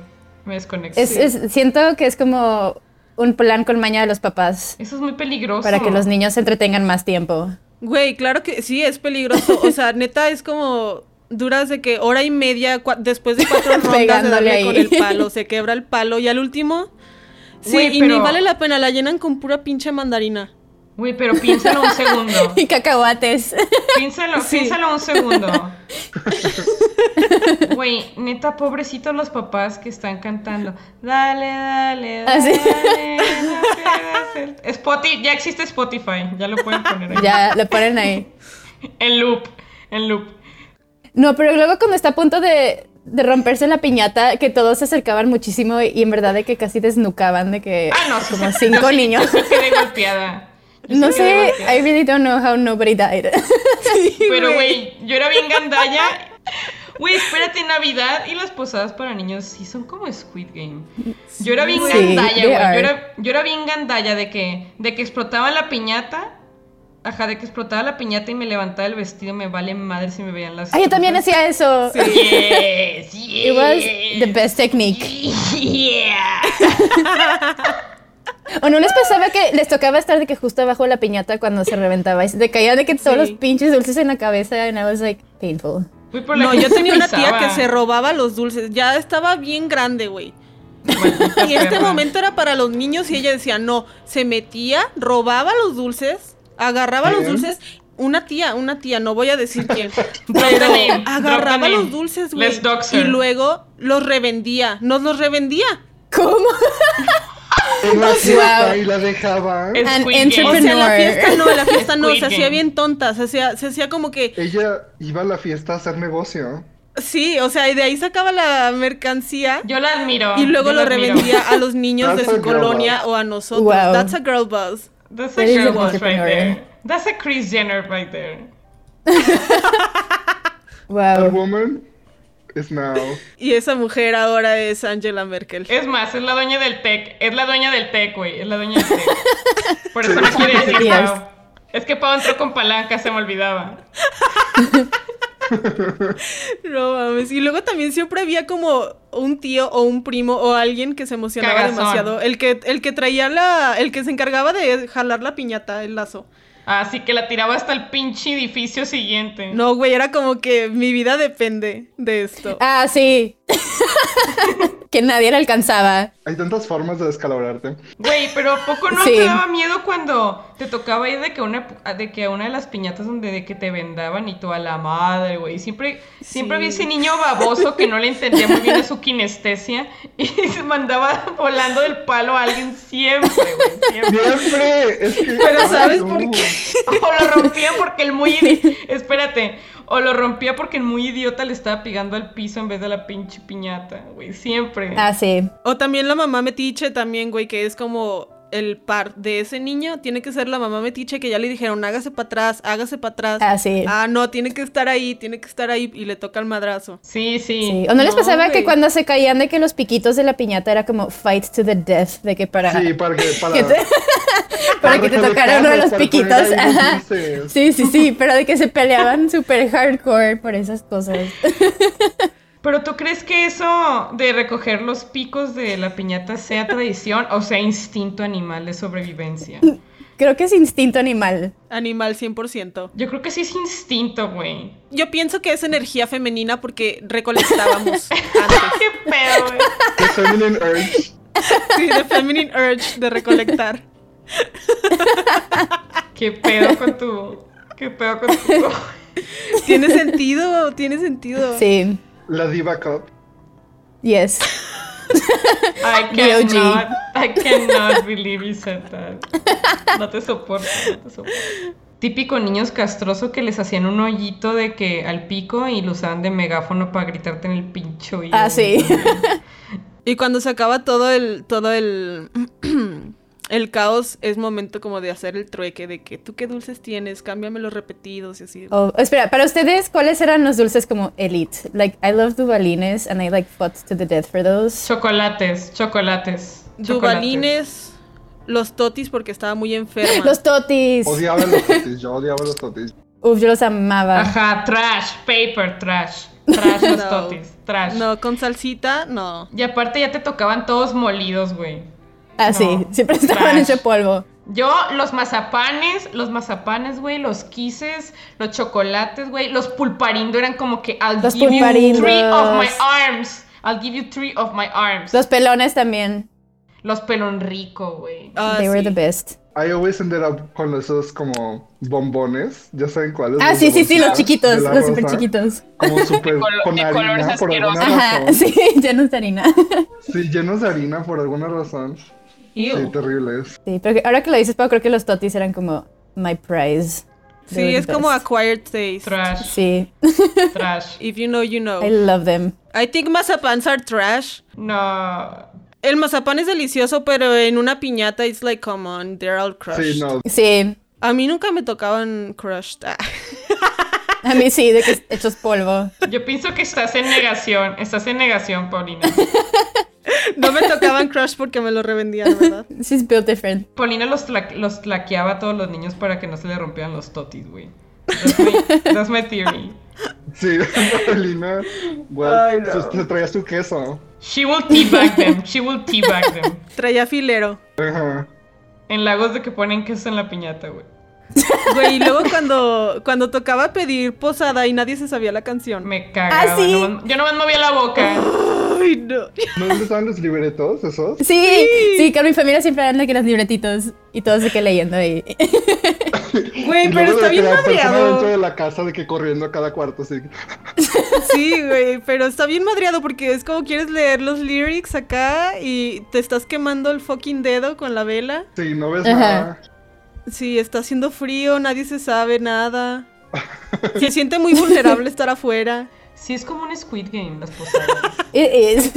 Me desconecto.
Es, es- siento que es como un plan con maña de los papás
Eso es muy peligroso.
para que los niños se entretengan más tiempo.
Güey, claro que sí, es peligroso. O sea, neta, es como duras de que hora y media cua- después de cuatro rondas de
Pegándole
darle
ahí.
con el palo, se quebra el palo y al último. Sí,
Güey,
y
pero-
ni vale la pena, la llenan con pura pinche mandarina.
Güey, pero piénsalo un segundo.
Y cacahuates.
Piénsalo, piénsalo un segundo. Güey, neta, pobrecitos los papás que están cantando. Dale, dale,
Ah,
dale.
sí.
no pierdas el- Spotify, ya existe Spotify, ya lo pueden poner ahí.
ya, lo ponen ahí.
En loop, en loop.
No, pero luego cuando está a punto de, de romperse la piñata, que todos se acercaban muchísimo y en verdad de que casi desnucaban de que
Ah, no, sí,
como
sí,
cinco
yo sí-
niños.
Yo sí quedé golpeada. Yo sí
No
quedé
sé,
golpeada.
I really don't know how nobody died.
Pero, güey, yo era bien gandalla. Güey, espérate, Navidad y las posadas para niños sí son como Squid Game. Yo era bien
Sí,
gandalla,
they
güey.
are.
Yo era, yo era bien gandalla de que, de que explotaba la piñata. Ajá, de que explotaba la piñata y me levantaba el vestido. Me vale madre si me veían las.
Ah, yo también
truzas.
hacía eso.
Yes, yes.
It was the best technique.
Yeah.
O no les pasaba que les tocaba estar de que justo abajo de la piñata cuando se reventaba y se te caían de que todos
Sí.
los pinches dulces en la cabeza and I was like painful.
Güey, pero la
No,
gente
yo tenía una tía que
pisaba.
se robaba los dulces. Ya estaba bien grande, güey.
Maldita
Y este
perra.
momento era para los niños y ella decía, no, se metía, robaba los dulces, agarraba los
Bien.
dulces. Una tía, una tía, no voy a decir quién,
Drop the
pero
name, drop
agarraba
the name.
los dulces, güey.
Let's dox
Y
her.
luego los revendía, nos los revendía.
¿Cómo?
En la
Wow.
fiesta y la dejaba.
Es
An
Squid Game.
O sea, en la
Entrepreneur.
fiesta no, en la fiesta no,
Squid
se hacía
Game.
bien tonta, se hacía, se hacía como que,
Ella iba a la fiesta a hacer negocio.
sí, o sea, y de ahí sacaba la mercancía.
Yo la admiro.
Y luego
yo la
lo
admiro.
revendía a los niños de
That's a
su
girl
colonia
boss.
o a nosotros.
Wow.
That's a girl boss.
That's
That
a
is
girl
an
boss right
entrepreneur.
there. That's a Chris Jenner right there.
The
Wow.
woman is now.
Y esa mujer ahora es Angela Merkel.
Es más, es la dueña del tech. Es la dueña del tech, güey. Es la dueña del tech. Por eso no quiere decir
Yes.
Pau. Es que Pau entró con palanca, se me olvidaba.
No mames. Y luego también siempre había como un tío o un primo o alguien que se emocionaba
Cagazón.
demasiado. El que, el que traía la. El que se encargaba de jalar la piñata, el lazo.
Así que la tiraba hasta el pinche edificio siguiente.
No, güey, era como que mi vida depende de esto.
Ah, sí. Ah, que nadie le alcanzaba.
Hay tantas formas de descalabrarte.
Güey, pero ¿a poco no
Sí.
te daba miedo cuando te tocaba ir de que una de que a una de las piñatas donde de que te vendaban y toda la madre, güey? Siempre, siempre había ese niño baboso que no le entendía muy bien a su kinestesia y se mandaba volando del palo a alguien siempre, güey. siempre.
Siempre. Es que,
Pero
Ay,
¿sabes
no.
por qué?
O lo rompía porque el muy idi- espérate, o lo rompía porque el muy idiota le estaba pegando al piso en vez de la pinche piñata, güey, siempre.
Ah, sí.
O también la mamá metiche también, güey, que es como el par de ese niño. Tiene que ser la mamá metiche que ya le dijeron, hágase para atrás, hágase para atrás.
Ah, sí.
Ah, no, tiene que estar ahí, tiene que estar ahí y le toca el madrazo.
Sí, sí.
Sí. ¿O no les
No,
pasaba
güey.
que cuando se caían de que los piquitos de la piñata era como fight to the death? De que para,
Sí, para que, para,
que te- para que te tocara uno de los piquitos. Ajá.
Sí.
Sí, sí, sí, pero de que se peleaban súper hardcore por esas cosas.
Pero tú crees que eso de recoger los picos de la piñata sea tradición o sea instinto animal de sobrevivencia?
Creo que es instinto animal.
Animal 100%.
Yo creo que sí es instinto, güey.
Yo pienso que es energía femenina porque recolectábamos antes.
¿Qué pedo, güey?
The feminine urge.
Sí, the feminine urge de recolectar.
¿Qué pedo con tu... ¿Qué pedo con tu...
Tiene sentido, tiene sentido.
Sí.
La diva cup.
Yes.
I
B.O.G..
cannot, I cannot believe you said that. No te soporto, no te soporto. Típico niños castroso que les hacían un hoyito de que al pico y lo usaban de megáfono para gritarte en el pincho. oído,
Ah, sí.
güey.
Y cuando se acaba todo el, todo el, el caos, es momento como de hacer el trueque de que tú qué dulces tienes, cámbiame los repetidos y así.
Oh, espera, para ustedes, ¿cuáles eran los dulces como elite? Like, I love dubalines and I like fought to the death for those.
Chocolates, chocolates. chocolates.
Dubalines, los totis porque estaba muy enferma.
Los totis.
Odiaba los totis, yo odiaba los totis.
Uf, yo los amaba.
Ajá, trash, paper, trash. Trash los
No.
totis, trash.
No, con salsita, no.
Y aparte ya te tocaban todos molidos, güey.
Ah, sí,
No.
siempre estaban
Trash.
hecho polvo.
Yo, los mazapanes, los mazapanes, güey, los quises, los chocolates, güey, los pulparindo eran como que I'll
Los
give you three of my
pulparindos.
arms. I'll give you three of my arms. Los,
Los pelones también.
pelón rico, güey.
Ah,
They were
sí.
the best.
I always ended up con esos como bombones. Ya saben cuáles.
Ah,
los
sí, sí, sí, los
bomboncitos
chiquitos,
de la
los
rosa,
súper chiquitos.
Como súper
De colo-
con
de colores
harina, por alguna
asquerosos.
Ajá,
razón.
Ah, sí, llenos de harina.
Sí, llenos de harina por alguna razón. Sí,
Ew.
terribles.
Sí, pero que- ahora que lo dices, Pau, creo que los totis eran como my prize.
Sí,
They were the
es como
best.
acquired taste.
Trash,
Sí,
trash.
If you know, you know.
I love them.
I think mazapans are trash.
No.
El mazapán es delicioso, pero en una piñata it's like, come on, they're all crushed.
Sí, no.
Sí,
A mí nunca me tocaban crushed. Ah.
a mí sí, de que hechos polvo.
Yo pienso que estás en negación. Estás en negación, Paulina.
No me tocaban crushed porque me lo revendían, ¿verdad?
She's built different.
Paulina los, tla- los tlaqueaba a todos los niños para que no se le rompieran los totis, güey. That's my, that's my theory.
Sí, Paulina.
Ay,
Well,
no.
pues, te traías tu queso.
She will teabag them. She will teabag them.
Traía filero.
Ajá.
En lagos de que ponen queso en la piñata, güey.
Güey, y luego cuando, cuando tocaba pedir posada y nadie se sabía la canción.
Me cagaba.
Ah, ¿sí?
nomás- yo nomás movía la boca.
Ay, no.
¿No les estaban los libretos esos?
Sí, sí, con mi familia siempre eran de que los libretitos y todos de que leyendo ahí.
Güey,
Y
pero
luego
está
de que
bien
la persona
madreado.
dentro de la casa de que corriendo a cada cuarto así.
Sí, güey, pero está bien madreado porque es como quieres leer los lyrics acá y te estás quemando el fucking dedo con la vela.
Sí, no ves
Ajá.
nada.
Sí, está haciendo frío, nadie se sabe nada. Se siente muy vulnerable estar afuera.
Sí, es como un Squid Game, las posadas.
It is.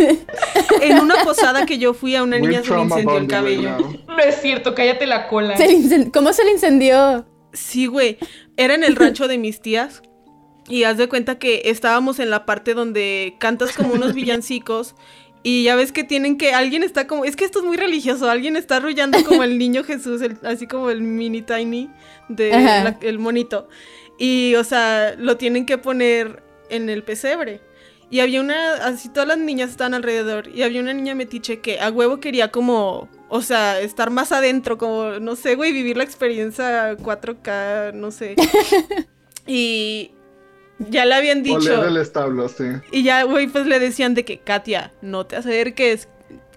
En una posada que yo fui a una niña
We're
se le incendió el
trauma-bonded right
cabello.
now.
No es cierto, cállate la cola.
Se le incen- ¿Cómo se le incendió?
Sí, güey. Era en el rancho de mis tías. Y haz de cuenta que estábamos en la parte donde cantas como unos villancicos. Y ya ves que tienen que. Alguien está como. Es que esto es muy religioso. Alguien está arrullando como el niño Jesús, el- así como el mini tiny de
Ajá.
la- el monito. Y, o sea, lo tienen que poner en el pesebre. Y había una, así todas las niñas estaban alrededor. Y había una niña metiche que a huevo quería como, o sea, estar más adentro, como, no sé, güey, vivir la experiencia 4K, no sé. y Ya le habían dicho.
Oler el establo, sí.
Y ya, güey, pues le decían de que, Katia, no te acerques.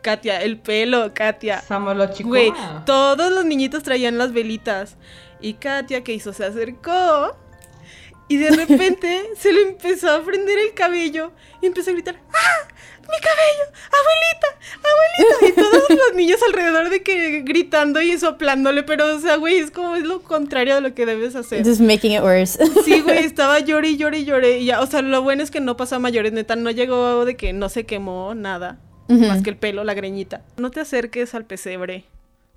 Katia, el pelo, Katia.
Samolo chico.
Güey, todos los niñitos traían las velitas. Y Katia, que hizo? Se acercó. Y de repente se le empezó a prender el cabello. Y empezó a gritar, ¡Ah! ¡Mi cabello! ¡Abuelita! ¡Abuelita! Y todos los niños alrededor de que gritando y soplándole. Pero, o sea, güey, es como es lo contrario de lo que debes hacer.
Just making it worse.
Sí, güey, estaba llore y llore y llore. Y ya, o sea, lo bueno es que no pasó a mayores, neta, no llegó de que no se quemó nada.
Ujú.
Más que el pelo, la greñita. No te acerques al pesebre.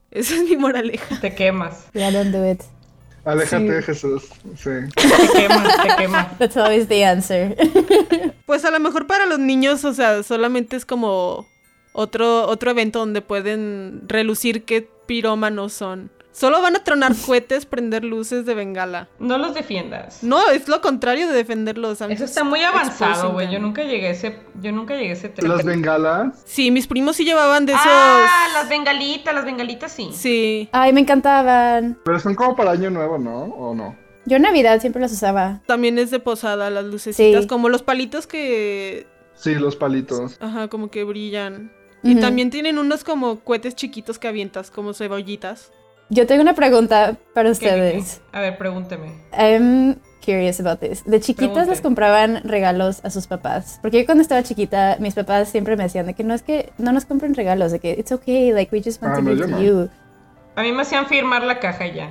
Esa es mi moraleja.
Te quemas,
Yeah, don't do it.
Aléjate, Jesús. Sí.
te quemas, te quemas.
That's always the answer.
Pues a lo mejor para los niños, o sea, solamente es como otro, otro evento donde pueden relucir qué pirómanos son. Solo van a tronar cohetes, prender luces de bengala.
No los defiendas.
No, es lo contrario de defenderlos.
Eso está muy avanzado, güey. Yo nunca llegué a ese, yo nunca llegué a ese tren.
Las bengalas.
Sí, mis primos sí llevaban de esos.
Ah, las bengalitas, las bengalitas sí.
Sí.
Ay, me encantaban.
Pero son como para año nuevo, ¿no? ¿O no?
Yo en Navidad siempre las usaba.
También es de posada las lucecitas,
Sí.
como los palitos que
Sí, los palitos.
Ajá, como que brillan. Y
Ujú.
también tienen unos como cohetes chiquitos que avientas, como cebollitas.
Yo tengo una pregunta para
¿Qué, qué, qué?
ustedes.
A ver, pregúnteme.
I'm curious about this. De chiquitas
Pregunte.
les compraban regalos a sus papás. Porque yo cuando estaba chiquita, mis papás siempre me decían de que no es que no nos compren regalos, de que it's okay, like we just want
Ah,
to
no,
give
yo
to
no.
you.
A mí me hacían firmar la caja y ya.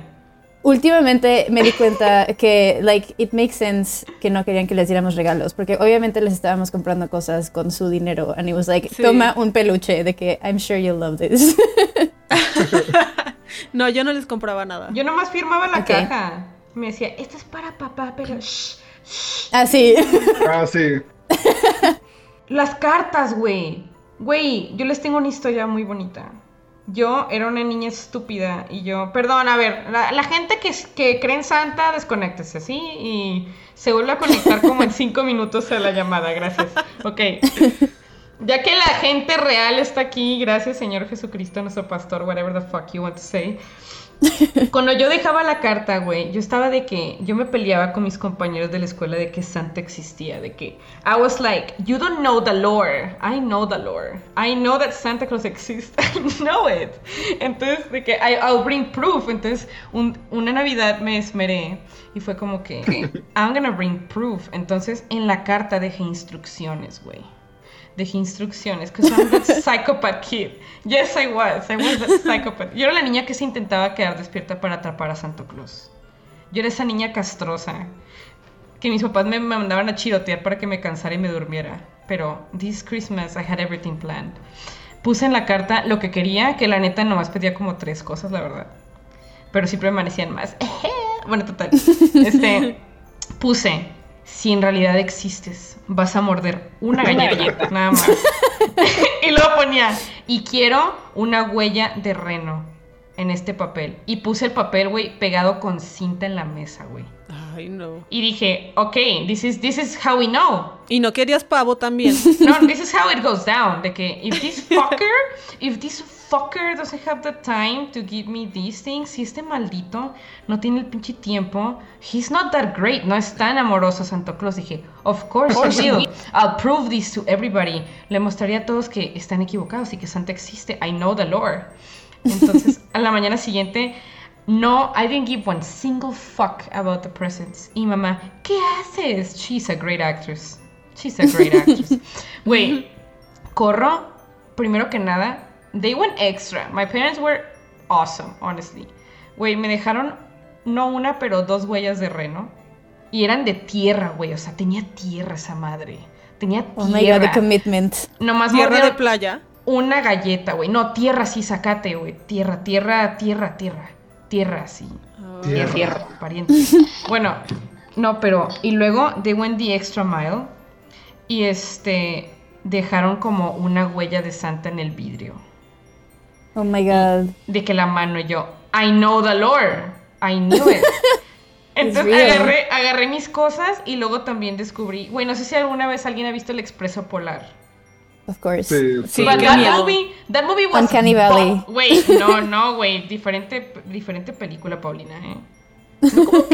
Últimamente me di cuenta que, like, it makes sense que no querían que les diéramos regalos, porque obviamente les estábamos comprando cosas con su dinero, and it was like,
Sí.
toma un peluche de que I'm sure you'll love this.
No, yo no les compraba nada.
Yo nomás firmaba la
Ok.
caja. Me decía, esto es para papá, pero shh, shh".
Así.
Ah, sí.
Las cartas, güey. Güey, yo les tengo una historia muy bonita. Yo era una niña estúpida y yo, perdón, a ver, la, la gente que, es- que cree en Santa, desconéctese, así Y se vuelve a conectar como en cinco minutos a la llamada, gracias. Ok. Ya que la gente real está aquí, gracias Señor Jesucristo, nuestro pastor, whatever the fuck you want to say. Cuando yo dejaba la carta, güey, yo estaba de que yo me peleaba con mis compañeros de la escuela de que Santa existía, de que I was like, you don't know the lore, I know the lore, I know that Santa Claus exists, I know it. Entonces, de que I, I'll bring proof. Entonces, un- una Navidad me esmeré y fue como que I'm gonna bring proof. Entonces, en la carta dejé instrucciones, güey. Dejé instrucciones, que I'm that psychopath kid. Yes, I was. I was that psychopath. Yo era la niña que se intentaba quedar despierta para atrapar a Santo Claus. Yo era esa niña castrosa que mis papás me mandaban a chirotear para que me cansara y me durmiera. Pero this Christmas I had everything planned. Puse en la carta lo que quería, que la neta nomás pedía como tres cosas, la verdad. Pero siempre amanecían más. Bueno, total. Este, puse, si en realidad existes, vas a morder una galleta, nada más. y luego ponía, y quiero una huella de reno en este papel. Y puse el papel, güey, pegado con cinta en la mesa, güey.
Ay, no.
Y dije, ok, this is, this is how we know.
Y no querías pavo también.
No, this is how it goes down. De que, if this fucker, if this fucker doesn't have the time to give me these things, si este maldito no tiene el pinche tiempo, he's not that great, no es tan amoroso Santo Claus. Dije, of course I will. I'll prove this to everybody. Le mostraré a todos que están equivocados y que Santa existe. I know the lore. Entonces, a la mañana siguiente, no, I didn't give one single fuck about the presents. Y mamá, ¿qué haces? She's a great actress. She's a great actress. Güey, corro, primero que nada, they went extra. My parents were awesome, honestly. Güey, me dejaron no una, pero dos huellas de reno. Y eran de tierra, güey. O sea, tenía tierra esa madre. Tenía
Oh my god,
tierra.
the commitment.
Nomás
Tierra de
mordieron-
playa.
una galleta, güey. No, tierra sí, sacate, güey. Tierra, tierra, tierra, tierra. Tierra sí. Tierra,
Tierra.
tierra, pariente. bueno, no, pero. Y luego they went the extra mile. Y este. Dejaron como una huella de Santa en el vidrio.
Oh my god.
De que la mano y yo. I know the lore. I knew it. Entonces
real.
agarré, agarré mis cosas y luego también descubrí. Güey, no sé si alguna vez alguien ha visto el expreso polar.
Of course.
Sí.
Sí,
But
qué
that
miedo.
movie, that movie was
Uncanny Valley.
bu- Güey, no, no, güey, diferente, diferente película, Paulina, eh.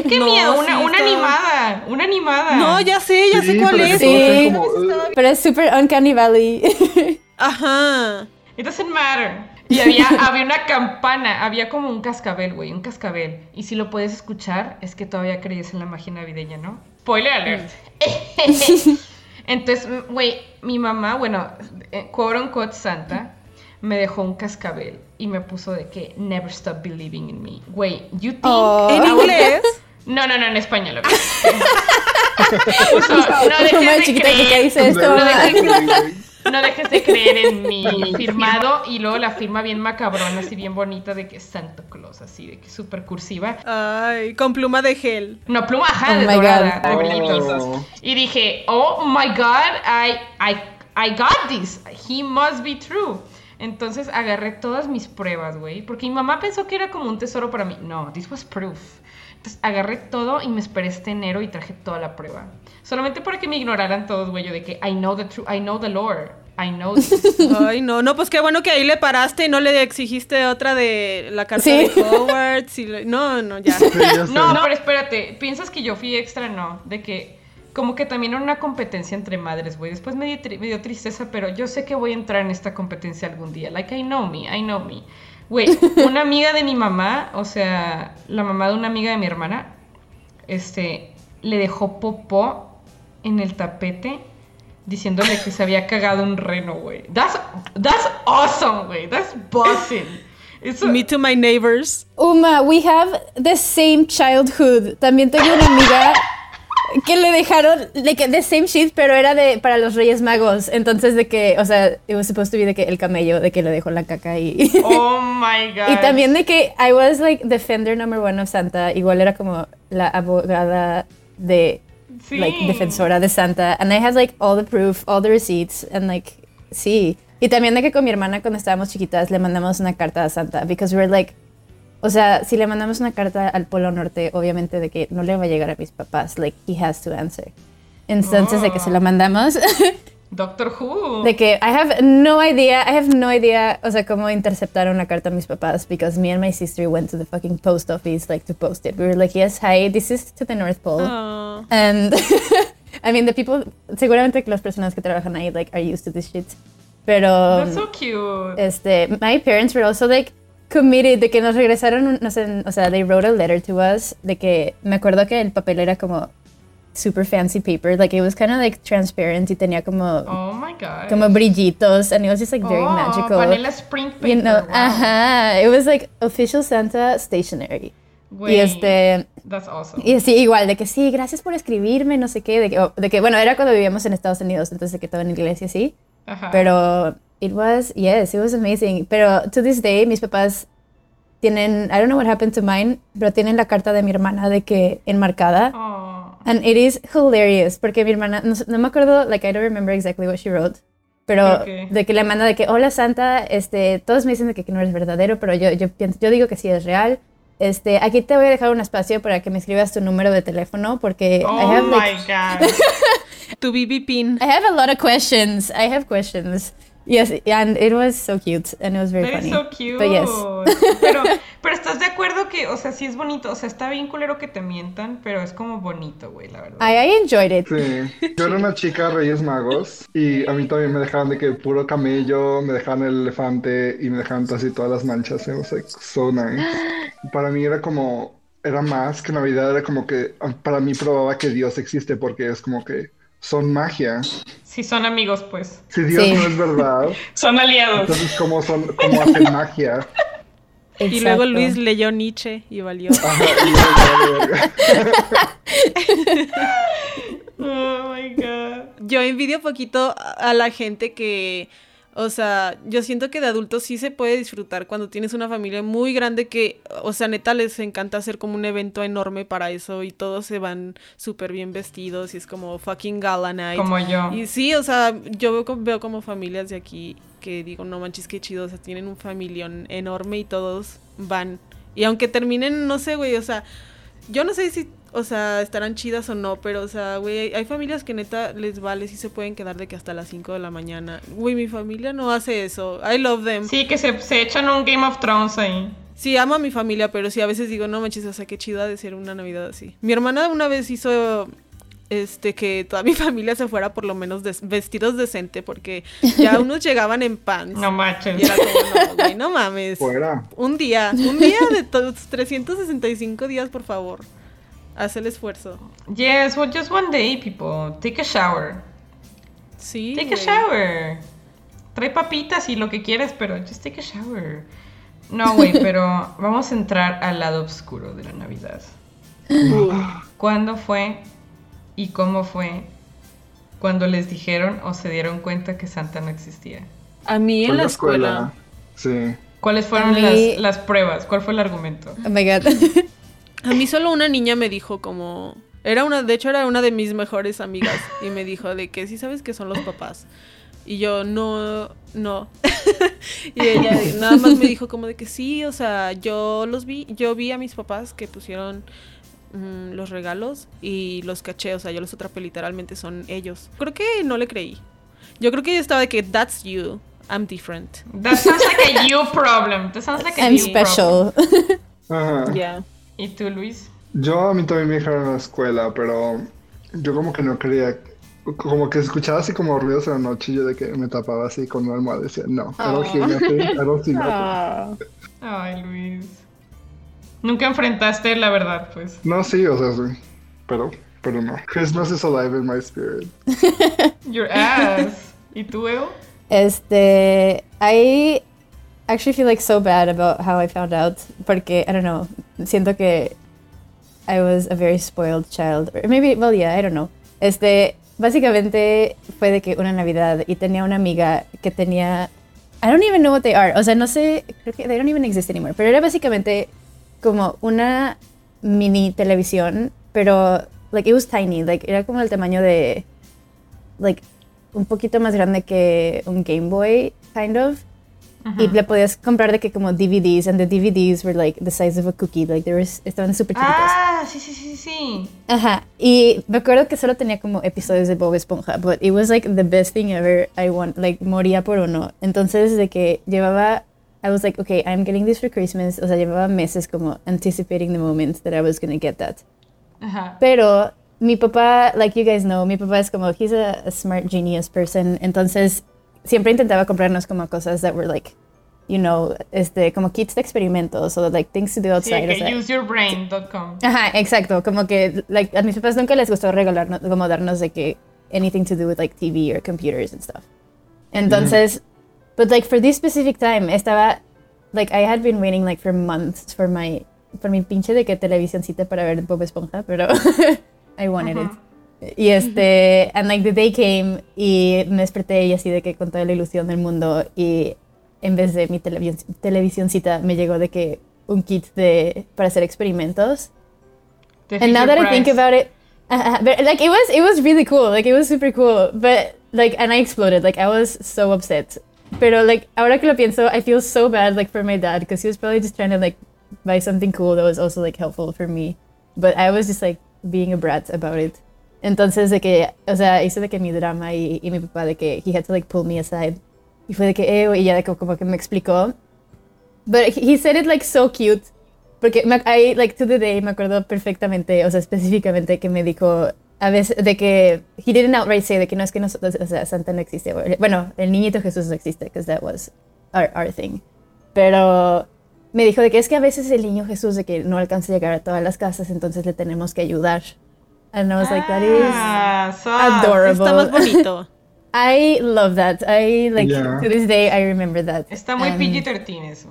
¡Qué
No,
miedo!
sí,
Una, una
estaba-
animada. Una animada.
No, ya sé, ya
Sí,
sé cuál
pero
es.
entonces
Sí.
como, eh,
Pero es super Uncanny Valley.
Ajá.
It doesn't matter. Y había, había una campana, había como un cascabel, güey, un cascabel. Y si lo puedes escuchar, es que todavía creías en la magia navideña, ¿no? Spoiler alert.
Mm.
Entonces, m- güey, mi mamá, bueno, eh, quote unquote santa, me dejó un cascabel y me puso de que never stop believing in me. Güey, you think...
Oh.
¿En
I will-
inglés?
No, no, no, en español. obviamente. Puso, no
Es
dejes
como el
de
chiquito que
creer,
dice esto.
no
mamá.
dejes no dejes de creer en mí. Firmado y luego la firma bien macabrona, así bien bonita de que Santo Claus, así de que súper cursiva.
Ay, con pluma de gel.
No, pluma ajá,
Oh
de
my
dorada,
God.
de
Oh.
brillitos. Y dije, oh my god, I, I, I got this. He must be true. Entonces agarré todas mis pruebas, güey. Porque mi mamá pensó que era como un tesoro para mí. No, this was proof. Entonces agarré todo y me esperé este enero y traje toda la prueba. Solamente para que me ignoraran todos, güey. Yo de que I know the truth, I know the lore. I know this.
Ay, no, no, pues qué bueno que ahí le paraste y no le exigiste otra de la carta
Sí.
de Hogwarts. y le- No, no, ya.
sí, ya sé.
No, pero espérate, ¿piensas que yo fui extra? No, de que como que también era una competencia entre madres, güey. Después me, di tri- me dio tristeza, pero yo sé que voy a entrar en esta competencia algún día. Like, I know me, I know me. Güey, una amiga de mi mamá, o sea, la mamá de una amiga de mi hermana, este, le dejó popó en el tapete diciéndole que se había cagado un reno, güey. That's, that's awesome, güey. That's bossing. Eso,
Me to my neighbors.
Uma, we have the same childhood. También tengo una amiga que le dejaron de que the same shit, pero era de para los Reyes Magos. Entonces de que, o sea, it was supposed to be de que el camello de que le dejó la caca y
oh my god.
y también de que I was like defender number one of Santa. Igual era como la abogada de
Sí.
like defensora de Santa and I had like all the proof, all the receipts and like sí. Y también de que con mi hermana cuando estábamos chiquitas le mandamos una carta a Santa because we were like o sea, si le mandamos una carta al Polo Norte, obviamente de que no le va a llegar a mis papás, like he has to answer. Entonces de que se lo mandamos
Doctor Who.
de que I have no idea, I have no idea, o sea, cómo interceptar una carta a mis papás because me and my sister went to the fucking post office like to post it. We were like, "Yes, hi, this is to the North Pole."
Oh.
And I mean, the people, seguramente que las personas que trabajan ahí, like, are used to this shit. Pero,
That's so cute.
este, my parents were also, like, committed de que nos regresaron, un- no sé, o sea, they wrote a letter to us, de que, me acuerdo que el papel era como super fancy paper, like, it was kind of, like, transparent y tenía como,
oh my god.
como brillitos, and it was just, like, very
oh,
magical.
Vanilla spring paper.
You know,
wow.
ajá, it was, like, official Santa stationery.
Güey,
Y este,
That's awesome.
y así, igual, de que sí, gracias por escribirme, no sé qué, de que, o- de que bueno, era cuando vivíamos en Estados Unidos, entonces de que todo en inglés y así,
Ajá.
pero it was, yes, it was amazing, pero to this day mis papás tienen, I don't know what happened to mine, pero tienen la carta de mi hermana de que enmarcada,
Oh.
and it is hilarious, porque mi hermana, no, sé- no me acuerdo, like I don't remember exactly what she wrote, pero
Ok.
de que le manda de que, hola Santa, este, todos me dicen de que, que no eres verdadero, pero yo, yo, pienso- yo digo que sí es real. Este, aquí te voy a dejar un espacio para que me escribas tu número de teléfono, porque
Oh
I, have,
my
like,
god.
Tu BB pin.
I have a lot of questions, I have questions. Yes, and it was so cute, and it was very
That is
funny.
so cute.
But yes.
Pero, pero estás de acuerdo que, o sea, sí es bonito. O sea, está bien culero que te mientan, pero es como bonito, güey, la verdad.
I, I enjoyed it.
Sí. Yo era una chica Reyes Magos y a mí también me dejaban de que puro camello, me dejaban el elefante y me dejaban así todas las manchas. ¿eh? O sea, so nice. Para mí era como, era más que Navidad, era como que ah, para mí probaba que Dios existe porque es como que son magia.
Si son amigos, pues.
Si Dios
Sí.
no es verdad,
Son aliados.
entonces cómo son, cómo hacen magia.
Y luego
Exacto.
Luis leyó Nietzsche y valió.
Ajá, y yo, yo, yo, yo.
Oh my god.
Yo envidio poquito a- a la gente que, o sea, yo siento que de adultos sí se puede disfrutar cuando tienes una familia muy grande que, o sea, neta les encanta hacer como un evento enorme para eso y todos se van súper bien vestidos y es como fucking gala night.
Como yo.
Y sí, o sea, yo veo, co- veo como familias de aquí que digo, no manches, qué chido, o sea, tienen un familión enorme y todos van. Y aunque terminen, no sé, güey, o sea, yo no sé si, o sea, estarán chidas o no, pero, o sea, güey, hay- hay familias que neta les vale si se pueden quedar de que hasta las 5 de la mañana. Güey, mi familia no hace eso. I love them.
Sí, que se, se echan un Game of Thrones ahí.
Sí, amo a mi familia, pero sí, a veces digo, no manches, o sea, qué chido ha de ser una Navidad así. Mi hermana una vez hizo este que toda mi familia se fuera por lo menos des- vestidos decente, porque ya unos llegaban en pants.
No
Y
manches.
era como, no, güey, no mames.
Fuera.
Un día, un día de todos, 365 días, por favor. Haz el esfuerzo.
Yes, well, just one day, people. Take a shower.
Sí.
Take a
güey.
shower. Trae papitas y lo que quieras, pero just take a shower. No, güey, pero vamos a entrar al lado oscuro de la Navidad. ¿Cuándo fue y cómo fue cuando les dijeron o se dieron cuenta que Santa no existía?
A mí
Fue
en la escuela.
Sí.
¿Cuáles fueron
A
las,
mí-
las pruebas? ¿Cuál fue el argumento?
Oh my god.
A mí solo una niña me dijo como... Era una, de hecho era una de mis mejores amigas y me dijo de que sí sabes que son los papás. Y yo no, no. y ella nada más me dijo como de que sí, o sea, yo los vi, yo vi a mis papás que pusieron mm, los regalos y los caché, o sea, yo los atrapé literalmente, son ellos. Creo que no le creí. Yo creo que ella estaba de que that's you, I'm different.
That sounds like a you problem. That sounds like a
I'm
you problem.
special.
Ajá.
Ya.
¿Y tú, Luis?
Yo a mí también me dejaron en la escuela, pero yo como que no quería, como que escuchaba así como ruidos en la noche y yo de que me tapaba así con una almohada y decía, no, era un gigante, era un
Ah.
gigante.
Ay, Luis. Nunca enfrentaste la verdad, pues.
No, sí, o sea, sí, pero, pero no. Christmas is alive in my spirit.
Your ass. ¿Y tú, Evo?
Este, I actually feel like so bad about how I found out porque I don't know, siento que I was a very spoiled child. Or maybe, well, yeah, I don't know. Este, básicamente fue de que una Navidad y tenía una amiga que tenía I don't even know what they are. O sea, no sé, creo que they don't even exist anymore. Pero era básicamente como una mini televisión, pero like it was tiny, like era como el tamaño de like un poquito más grande que un Game Boy, kind of. Y le podías comprar de que como DVDs, and the DVDs were like the size of a cookie, like they were, estaban súper chiquitos.
Ah, sí, sí, sí, sí.
Ajá, y me acuerdo que solo tenía como episodios de Bob Esponja, but it was like the best thing ever I want, like moría por uno. Entonces de que llevaba, I was like, okay, I'm getting this for Christmas, o sea, llevaba meses como anticipating the moment that I was gonna get that.
Ajá.
Pero mi papá, like you guys know, mi papá es como, he's a, a smart genius person. Entonces, siempre intentaba comprarnos como cosas that were like, you know, este, como kits de experimentos o like things to do
Sí,
outside. o
que
sea.
useyourbrain.com.
Ajá, exacto. Como que like, a mis papás nunca les gustó regalarnos, como darnos de que anything to do with like TV or computers and stuff. Entonces, but like for this specific time, estaba, like I had been waiting like for months for my, for mi pinche de que televisioncita para ver Bob Esponja, pero I wanted it. Y este, and like the day came y me desperté y así de que con toda la ilusión del mundo y en vez de mi televi- televisioncita me llegó de que un kit de, para hacer experimentos
The
and now
Fisher
that I think
Price.
about it, uh, but like it was, it was really cool. Like it was super cool. But like, and I exploded. Like I was so upset. Pero like ahora que lo pienso, I feel so bad like for my dad because he was probably just trying to like buy something cool that was also like helpful for me. But I was just like being a brat about it. Entonces de que, o sea, hice de que mi drama y, y mi papá de que he had to like pull me aside. Y fue de que, eh, y ya de que como que me explicó. But he he said it like so cute. Porque me, ac- I, like, to the day me acuerdo perfectamente, o sea, específicamente que me dijo a veces de que he didn't outright say de que no es que nosotros, o sea, Santa no existe. o- Bueno, el niñito Jesús no existe, because that was our, our thing. Pero me dijo de que es que a veces el niño Jesús de que no alcanza a llegar a todas las casas, entonces le tenemos que ayudar. And I was like, that is
Ah, sos.
adorable.
Está más bonito.
I love that. I like
Yeah.
to this day I remember that.
Está muy
Um,
PG-13 eso.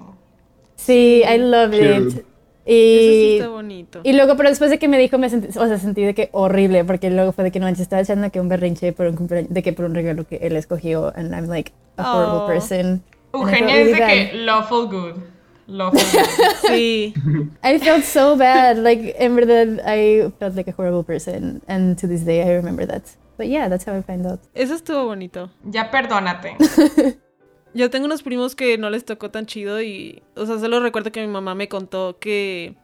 Sí, I love
Cute.
it. Y
Eso sí está bonito.
Y luego, pero después de que me dijo, me sentí, o sea, sentí de que horrible, porque luego fue de que no manches, estaba echando que un berrinche por un cumpleaños, de que por un regalo que él escogió, and I'm like a horrible
Oh.
person. And I felt
Eugenia dice
really
que lawful good. Lawful good.
Sí.
I felt so bad, like, en verdad, I felt like a horrible person, and to this day I remember that. But yeah, that's how I find out.
Eso estuvo bonito.
Ya perdónate.
Yo tengo unos primos que no les tocó tan chido y, o sea, solo recuerdo que mi mamá me contó que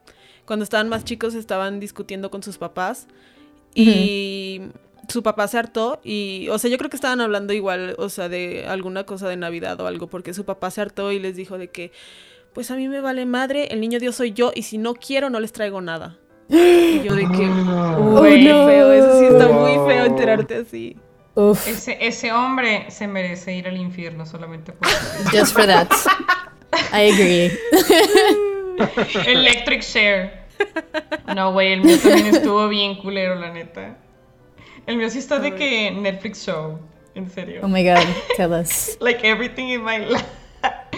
cuando estaban más chicos estaban discutiendo con sus papás y su papá se hartó y, o sea, yo creo que estaban hablando igual, o sea, de alguna cosa de Navidad o algo, porque su papá se hartó y les dijo de que, pues a mí me vale madre, el niño Dios soy yo y si no quiero no les traigo nada. Y yo de que,
Ah.
güey,
Oh, no.
feo, eso sí está
Wow.
muy feo enterarte así.
Uf,
Ese, ese hombre se merece ir al infierno solamente por
just for that. I agree.
Electric Share. No, güey, el mío también estuvo bien culero, la neta. El mío sí está de que Netflix Show, en serio.
Oh my god, tell us.
Like everything in my life.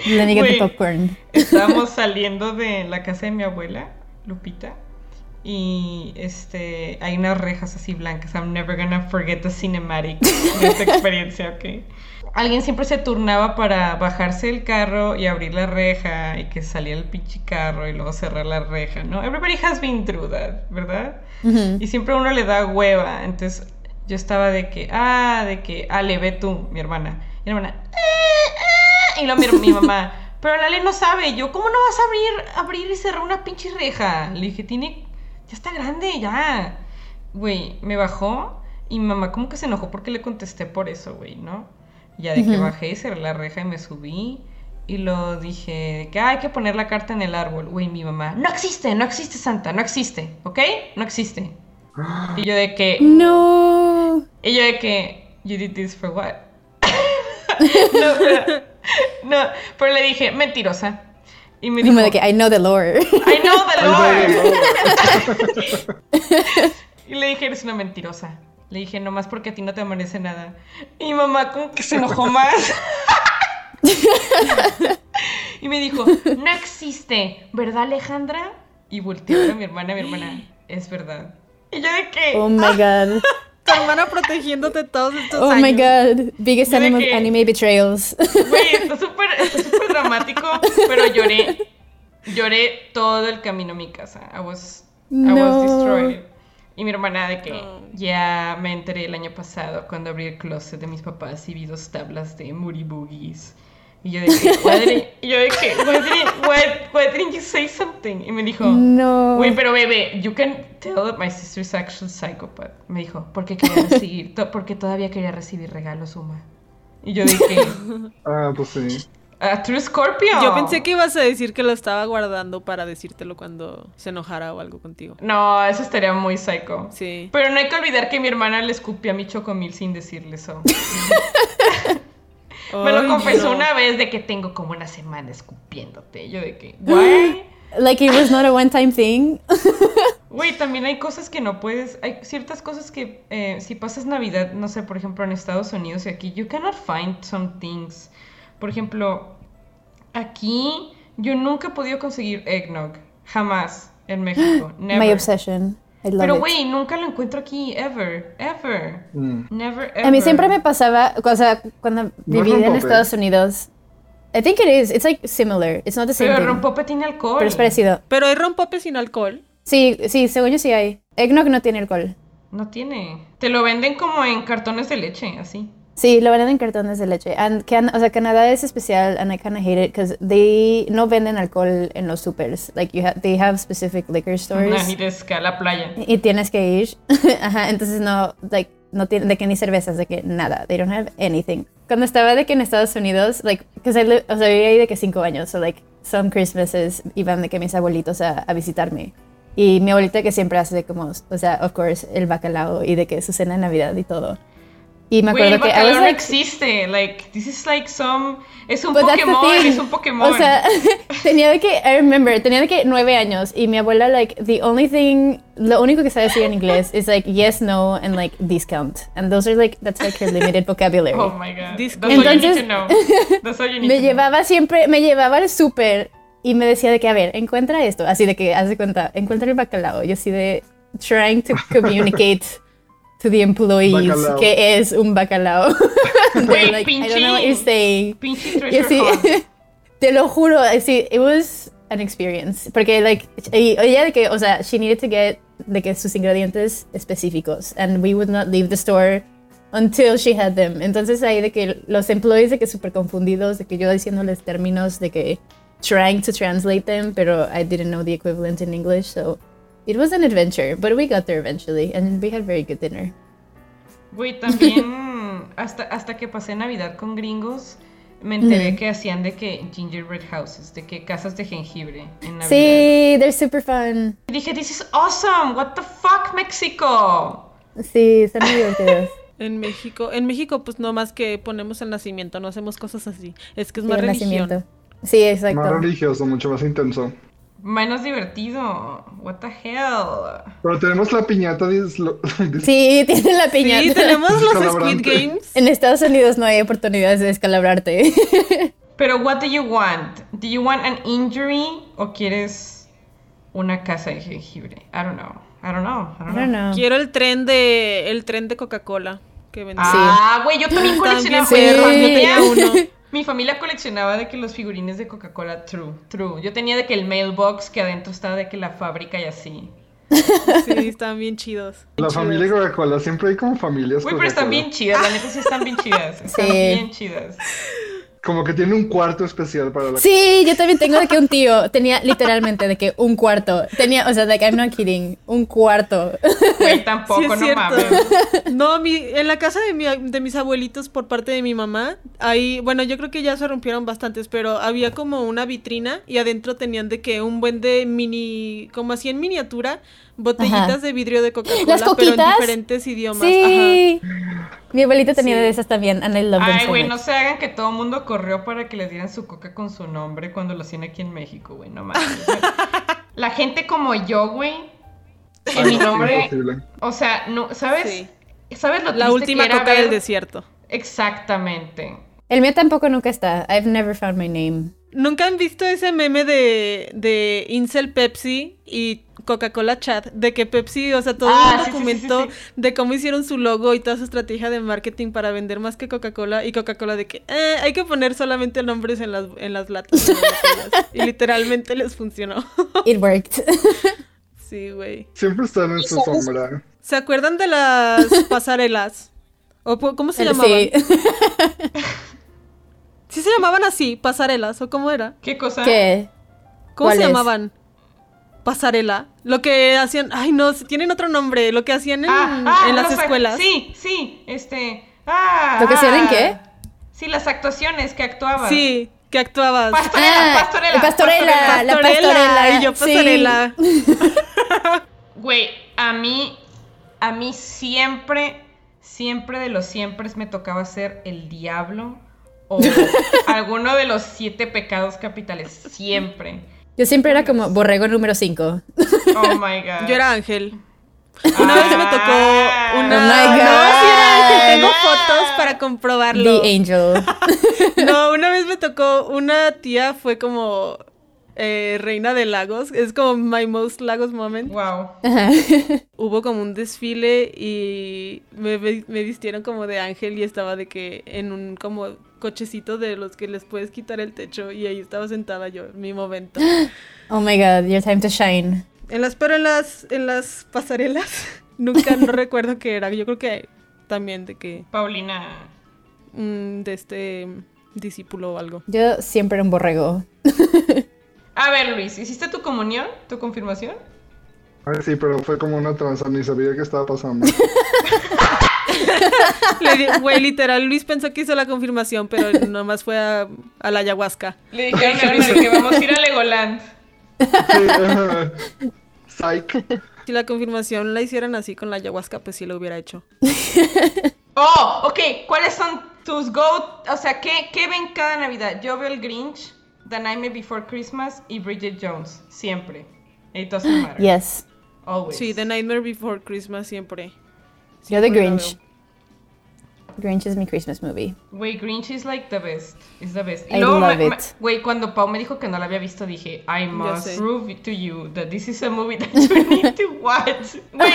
Let me get the
Güey.
popcorn.
Estábamos saliendo de la casa de mi abuela, Lupita, y este, hay unas rejas así blancas. I'm never gonna forget the cinematic de esa experiencia, ¿ok? Alguien siempre se turnaba para bajarse del carro y abrir la reja y que salía el pinche carro y luego cerrar la reja, ¿no? Everybody has been through that, ¿verdad?
Ujú.
Y siempre a uno le da hueva. Entonces yo estaba de que, ah, de que, Ale, ve tú, mi hermana. Mi hermana, "Eh, eh", y lo mi, mi mamá. Pero la Ale no sabe. Y Yo, ¿cómo no vas a abrir, abrir y cerrar una pinche reja? Le dije, tiene, ya está grande, ya. Güey, me bajó y mi mamá como que se enojó porque le contesté por eso, güey, ¿no? Ya de que
Ujú.
bajé y cerré la reja y me subí. Y lo dije, de que "Ah, hay que poner la carta en el árbol. Güey, mi mamá, no existe, no existe Santa, no existe, ¿ok? No existe. Y yo de que,
No.
y yo de que, you did this for what? no, pero, no, pero le dije, mentirosa. Y me dijo,
Como de que I know the lore.
I know the
Ay,
Lord.
güey, no.
Y le dije, eres una mentirosa. Le dije, nomás porque a ti no te amanece nada. Y mi mamá como que se enojó más. y me dijo, no existe, ¿verdad Alejandra? Y volteé a ver a mi hermana, mi hermana, es verdad. Y yo de que,
Oh my god.
Tu hermana protegiéndote todos estos
Oh
años.
my god. Biggest
Yo de
anime,
que-
anime betrayals.
Güey, está súper está súper dramático, pero lloré. Lloré todo el camino a mi casa. I was, I
No.
was destroyed. Y mi hermana de que
No.
ya me enteré el año pasado cuando abrí el closet de mis papás y vi dos tablas de Muribugis. Y yo de que, "Why didn't- y yo de que, why didn't, why- why didn't you say something? Y me dijo,
No.
Güey, pero bebé, you can tell that my sister is actually psychopath. Me dijo, porque quería recibir, to- porque todavía quería recibir regalos, Uma. Y yo dije,
Ah, pues sí.
a True Scorpio.
Yo pensé que ibas a decir que lo estaba guardando para decírtelo cuando se enojara o algo contigo.
No, eso estaría muy psycho.
Sí.
Pero no hay que olvidar que mi hermana le escupía a mi chocomil sin decirle eso. Me
Ay,
lo confesó
no.
una vez de que tengo como una semana escupiéndote. Yo de que, güey.
Like it was not a one time thing.
Güey, también hay cosas que no puedes, hay ciertas cosas que eh, si pasas Navidad, no sé, por ejemplo en Estados Unidos y aquí, you cannot find some things. Por ejemplo, aquí yo nunca he podido conseguir eggnog, jamás, en México.
My
Never.
obsession. I love
Pero
it.
güey, nunca lo encuentro aquí, ever, ever,
Mm.
never, ever.
A mí siempre me pasaba, o sea, cuando vivía en
rompope.
Estados Unidos. I think it is. It's like similar. It's not the same
Pero
thing.
rompope tiene alcohol.
Pero es parecido.
Pero hay rompope sin alcohol.
Sí, sí, según yo sí hay. Eggnog no tiene alcohol.
No tiene. Te lo venden como en cartones de leche, así.
Sí, lo venden en cartones de leche. And Can o sea, Canadá es especial and I kind of hate it because they no venden alcohol en los supers. Like you ha they have specific liquor stores.
Una nidesca, la playa.
y tienes que ir. Ajá, entonces no, like, no tiene, de que ni cervezas, de que nada. They don't have anything. Cuando estaba de que en Estados Unidos, like, because I li- o sea, vivía ahí de que cinco años, so like, some Christmases iban de que mis abuelitos a, a visitarme. Y mi abuelita que siempre hace de como, o sea, of course, el bacalao y de que su cena de Navidad y todo. Y me
Güey,
acuerdo
el
que I
bacalao
was
no
like,
existe. Like, this is like some. Es un
But Pues, that's the
Pokémon,
thing.
es un Pokémon.
O sea, tenía de que, I remember, tenía de que nueve años y mi abuela, like, the only thing, lo único que sabe decir en inglés is like yes, no, and like discount. And those are like, that's like her limited vocabulary.
oh my god. That's
Disco-
all you need
Entonces-
to know. That's all you need
me
to know.
llevaba siempre, me llevaba al súper y me decía de que, a ver, encuentra esto. Así de que, haz de cuenta, encuentra el bacalao. Yo así de, trying to communicate to the employees
Bacalao.
que es un bacalao. They're
Güey,
like, I don't know what you're
pinche-
saying.
Pinche
Y
treasure
así,
hunt.
te lo juro, así, it was an experience. Porque, like, y- ella de que, o sea, she needed to get, de que sus ingredientes específicos. And we would not leave the store until she had them. Entonces ahí de que los employees de que súper confundidos, de que yo diciéndoles términos, de que trying to translate them, pero I didn't know the equivalent in English, so... It was an adventure, but we got there eventually, and we had very good dinner.
Güey, también. Hasta, hasta que pasé Navidad con gringos. me enteré que hacían de que gingerbread houses, de que casas de jengibre en Navidad.
Sí, they're super fun.
Y dije, this is awesome, what the fuck, México.
Sí, están muy divertidos.
En México, en México, pues no más que ponemos el nacimiento, no hacemos cosas así. Es que es
Sí,
más
el
religión.
nacimiento. Sí, exacto.
Más religioso, mucho más intenso.
Menos divertido, what the hell.
Pero tenemos la piñata dislo- dis-
Sí, tienen la piñata.
Sí, tenemos los Squid
Descalabrante.
Games.
En Estados Unidos no hay oportunidades de descalabrarte.
Pero what do you want? Do you want an injury o quieres una casa de jengibre? I don't know. I don't know.
Ah,
I don't
I
know.
don't know.
Quiero el tren de el tren de Coca-Cola que vendía.
Ah, güey, yo también coleccionaba.
También perro,
güey,
yo tenía
mi familia-
uno.
Mi familia coleccionaba de que los figurines de Coca-Cola, true, true. Yo tenía de que el mailbox que adentro estaba de que la fábrica y así.
Sí, están bien chidos.
la familia Coca-Cola. Siempre hay como familias.
Güey, pero están
Coca-Cola.
bien chidas, la neta sí están bien chidas. Están
Sí.
bien chidas.
Como que tiene un cuarto especial para la.
Sí, yo también tengo de que un tío tenía literalmente de que un cuarto. Tenía, o sea, like I'm not kidding, un cuarto.
Güey,
Sí,
tampoco,
es
no
cierto.
mames.
No, mi, en la casa de, mi, de mis abuelitos por parte de mi mamá, ahí, bueno, yo creo que ya se rompieron bastantes, pero había como una vitrina y adentro tenían de que un buen de mini, como así en miniatura, botellitas
Ajá.
de vidrio de Coca-Cola,
¿Las
pero en
coquitas?
diferentes idiomas.
Sí. Mi abuelita tenía
Sí.
de esas también, and I love them
Ay,
so
güey,
much.
no se hagan que todo el mundo corrió para que les dieran su coca con su nombre cuando lo hacían aquí en México, güey, no mames. La gente como yo, güey, en mi
Ay,
nombre,
imposible.
o sea, no,
Ajá.
¿sabes?
Sí.
¿Sabes lo
La
triste
última
que era
coca del
ver-
desierto.
Exactamente.
El mío tampoco nunca está. I've never found my name.
¿Nunca han visto ese meme de, de Incel Pepsi y Coca-Cola Chat? De que Pepsi, o sea, todo
Ah,
un
sí, sí,
documento
sí, sí,
de cómo hicieron su logo y toda su estrategia de marketing para vender más que Coca-Cola y Coca-Cola de que "Eh, hay que poner solamente nombres en las, en las latas. en las botellas". y literalmente les funcionó.
It worked.
Sí, güey.
Siempre están en su sombra.
¿Se acuerdan de las pasarelas? ¿O po- cómo
Eh,
se llamaban?
Sí.
Sí. se llamaban así, pasarelas, ¿o cómo era?
¿Qué cosa?
¿Qué?
¿Cómo
¿Cuál
se
es?
llamaban? Pasarela. Lo que hacían. Ay, no, sí, tienen otro nombre. Lo que hacían en,
Mm,
Ah, ah,
en las
los ac-
escuelas.
Sí, sí, este. Ah,
¿Lo que hacían en
ah.
qué?
Sí, las actuaciones que actuaban.
Sí, que actuabas.
Pastorela, pastorela.
Ah, pastorela, la pastorela.
Y yo
sí.
pasarela.
Güey, a mí, a mí siempre, siempre de los siempre me tocaba ser el diablo o alguno de los siete pecados capitales. Siempre.
Yo siempre era como borrego número 5.
Oh my god. Ah.
Yo era Ángel. Una vez me tocó una.
Oh my
No, sí era Ángel. Tengo
God.
fotos para comprobarlo.
The Angel.
No, una vez me tocó, una tía fue como eh, reina de lagos. Es como my most lagos moment.
Wow.
Ajá.
Hubo como un desfile y me, ve- me vistieron como de ángel y estaba de que en un como cochecito de los que les puedes quitar el techo y ahí estaba sentada yo, mi momento.
Oh my god, your time to shine.
En las, pero en las, en las pasarelas nunca no recuerdo qué era. Yo creo que también de que
Paulina.
mm, de este discípulo o algo.
Yo siempre era un borrego.
A ver, Luis, ¿hiciste tu comunión? ¿Tu confirmación?
Ay, sí, pero fue como una tranza, ni sabía qué estaba pasando.
Le di- Güey, literal, Luis pensó que hizo la confirmación, pero nomás fue a, a la ayahuasca.
Le dijeron a Luis que vamos a ir a Legoland.
Sí, ajá. Psych.
Si la confirmación la hicieran así con la ayahuasca, pues sí lo hubiera hecho.
Oh, ok, ¿cuáles son tus go? O sea, ¿qué, qué ven cada Navidad? Yo veo el Grinch, The Nightmare Before Christmas y Bridget Jones, siempre. It doesn't matter.
Yes.
Always.
Sí, The Nightmare Before Christmas siempre.
Yo The
Siempre la
Grinch. Grinch is my Christmas movie.
Güey, Grinch is like the best. Is the best.
I
me-
love
me-
it.
Güey, cuando Pau me dijo que no la había visto, dije, I must
sé.
prove to you that this is a movie that you need to watch. Güey,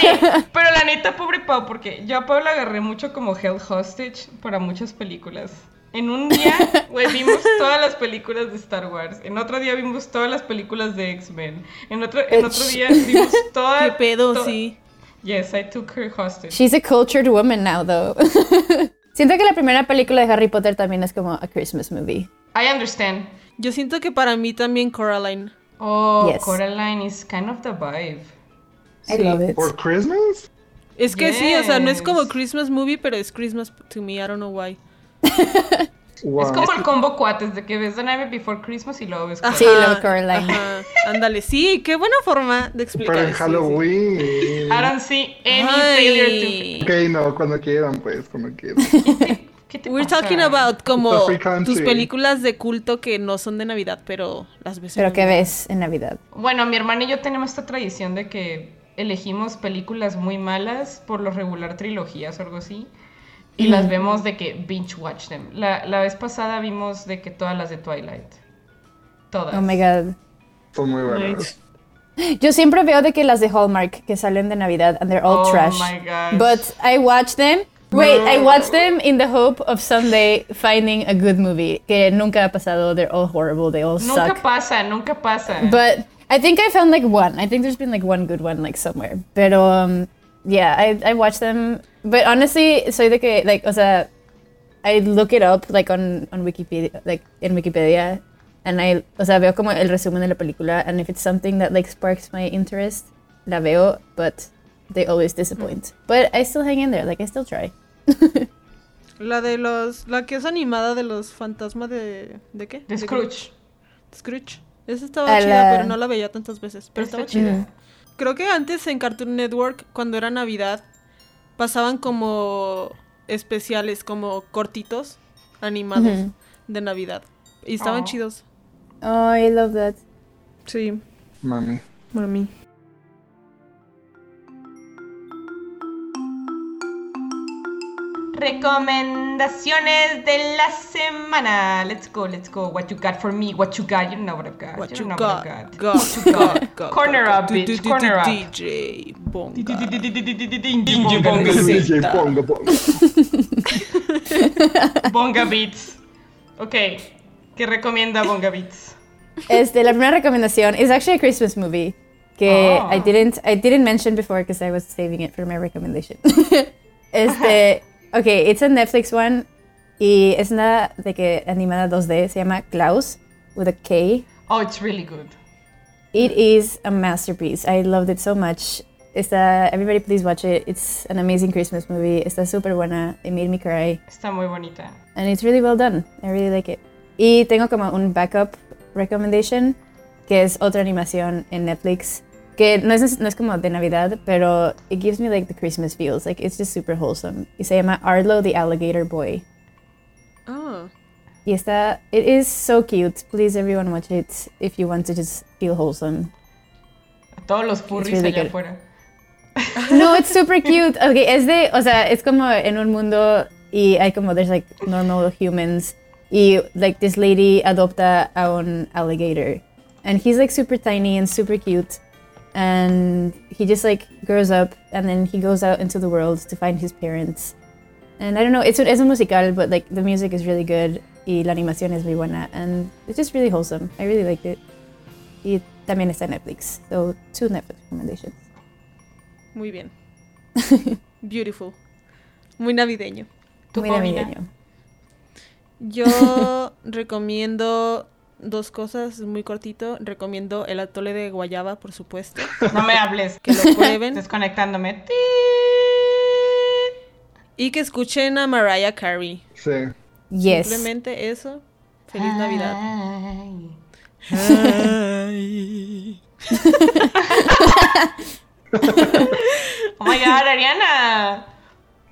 pero la neta, pobre Pau, porque yo a Pau la agarré mucho como Held Hostage para muchas películas. En un día, güey, vimos todas las películas de Star Wars. En otro día vimos todas las películas de X-Men. En otro, en otro día vimos todas...
veo. ¿Qué pedo?
to-
Sí.
Yes, I took her hostage.
She's a cultured woman now, though. Siento que la primera película de Harry Potter también es como a Christmas movie.
I understand.
Yo siento que para mí también Coraline.
Oh,
Yes.
Coraline is kind of the vibe.
I love it.
¿Por Christmas?
Es que sí, o sea, no es como
Yes.
Christmas movie, pero es Christmas to me, I don't know why.
Wow.
Es como el combo cuates de que ves The Night Before Christmas y luego ves.
Ah, Sí,
Coraline.
lo Coraline.
Ajá, Ándale, sí, qué buena forma de explicar.
Pero en
eso,
Halloween.
I don't see any failure
Ay,
Ok, no, cuando quieran, pues, cuando quieran.
to. ¿Qué te
We're
pasa?
talking about como
Free Country.
tus películas de culto que no son de Navidad, pero las ves. en
Pero que
Navidad.
ves en Navidad.
Bueno, mi hermana y yo tenemos esta tradición de que elegimos películas muy malas, por lo regular trilogías o algo así, y
Mm.
las vemos de que binge watch them. La, la vez pasada vimos de que todas las de Twilight. Todas.
Oh my god.
Son muy buenas.
Yo siempre veo de que las de Hallmark que salen de Navidad and they're all
Oh
trash.
my gosh.
But I watch them. Wait, I watch them in the hope of someday finding a good movie. Que nunca ha pasado. They're all horrible. They all
Nunca
suck.
pasa, nunca pasa.
But I think I found like one. I think there's been like one good one like somewhere. But um, yeah, I I watch them. But honestly, soy de que like o sea, I look it up like on on Wikipedia, like in Wikipedia, and I o sea veo como el resumen de la película, and if it's something that like sparks my interest, la veo. But they always disappoint. But I still hang in there. Like I still try.
La de los. La que es animada de los fantasmas de. ¿De qué?
de Scrooge.
De Scrooge. Esa estaba
A
chida,
la-
pero no la veía tantas veces. Pero estaba chida. Creo que antes en Cartoon Network, cuando era Navidad, pasaban como especiales, como cortitos animados
Ujú.
de Navidad. Y
Oh.
estaban chidos.
Oh, I love that.
Sí,
Mami.
mami.
Recomendaciones de la semana. Let's go, let's go. What you got for me? What you got? You know what I've got.
What you
know
got,
what I've
got,
What you
got,
got.
got,
Corner
got,
up,
du-
bitch,
du- du-
corner up.
DJ Bonga.
Dingy bonga.
DJ
Zeta.
Pongo Pongo.
Bonga Beats. Ok, ¿qué recomienda Bonga Beats?
Este, la primera recomendación is actually a Christmas movie que
Oh.
I didn't I didn't mention before because I was saving it for my recommendation. este, okay, it's a Netflix one y es una de que animada 2D se llama Klaus with a K.
Oh, it's really good.
It is a masterpiece. I loved it so much. Está, everybody please watch it. It's an amazing Christmas movie. Está súper buena. It made me cry.
Está muy bonita.
And it's really well done. I really like it. Y tengo como un backup recommendation, que es otra animación en Netflix, que no es, no es como de Navidad, pero it gives me like the Christmas feels. Like it's just super wholesome. Y se llama Arlo the Alligator Boy.
Ah,
Y está, it is so cute. Please everyone watch it if you want to just feel wholesome.
A todos los furries
really
allá
good.
afuera.
No, it's super cute. Okay, es de, o sea, es como en un mundo y hay como there's like normal humans y like this lady adopta a un alligator and he's like super tiny and super cute and he just like grows up and then he goes out into the world to find his parents. And I don't know, it's un, es un musical, but like the music is really good y la animación es muy buena and it's just really wholesome. I really liked it. Y también está en Netflix. So two Netflix recommendations.
muy bien. Beautiful. Muy navideño.
¿Tú,
Muy
Paulina?
navideño.
Yo recomiendo dos cosas, muy cortito. Recomiendo el atole de guayaba, por supuesto.
No me hables.
Que lo prueben.
Desconectándome. Ti.
y que escuchen a Mariah Carey.
Sí.
Yes.
Simplemente eso. Feliz Navidad.
Ay. Oh my god, Ariana.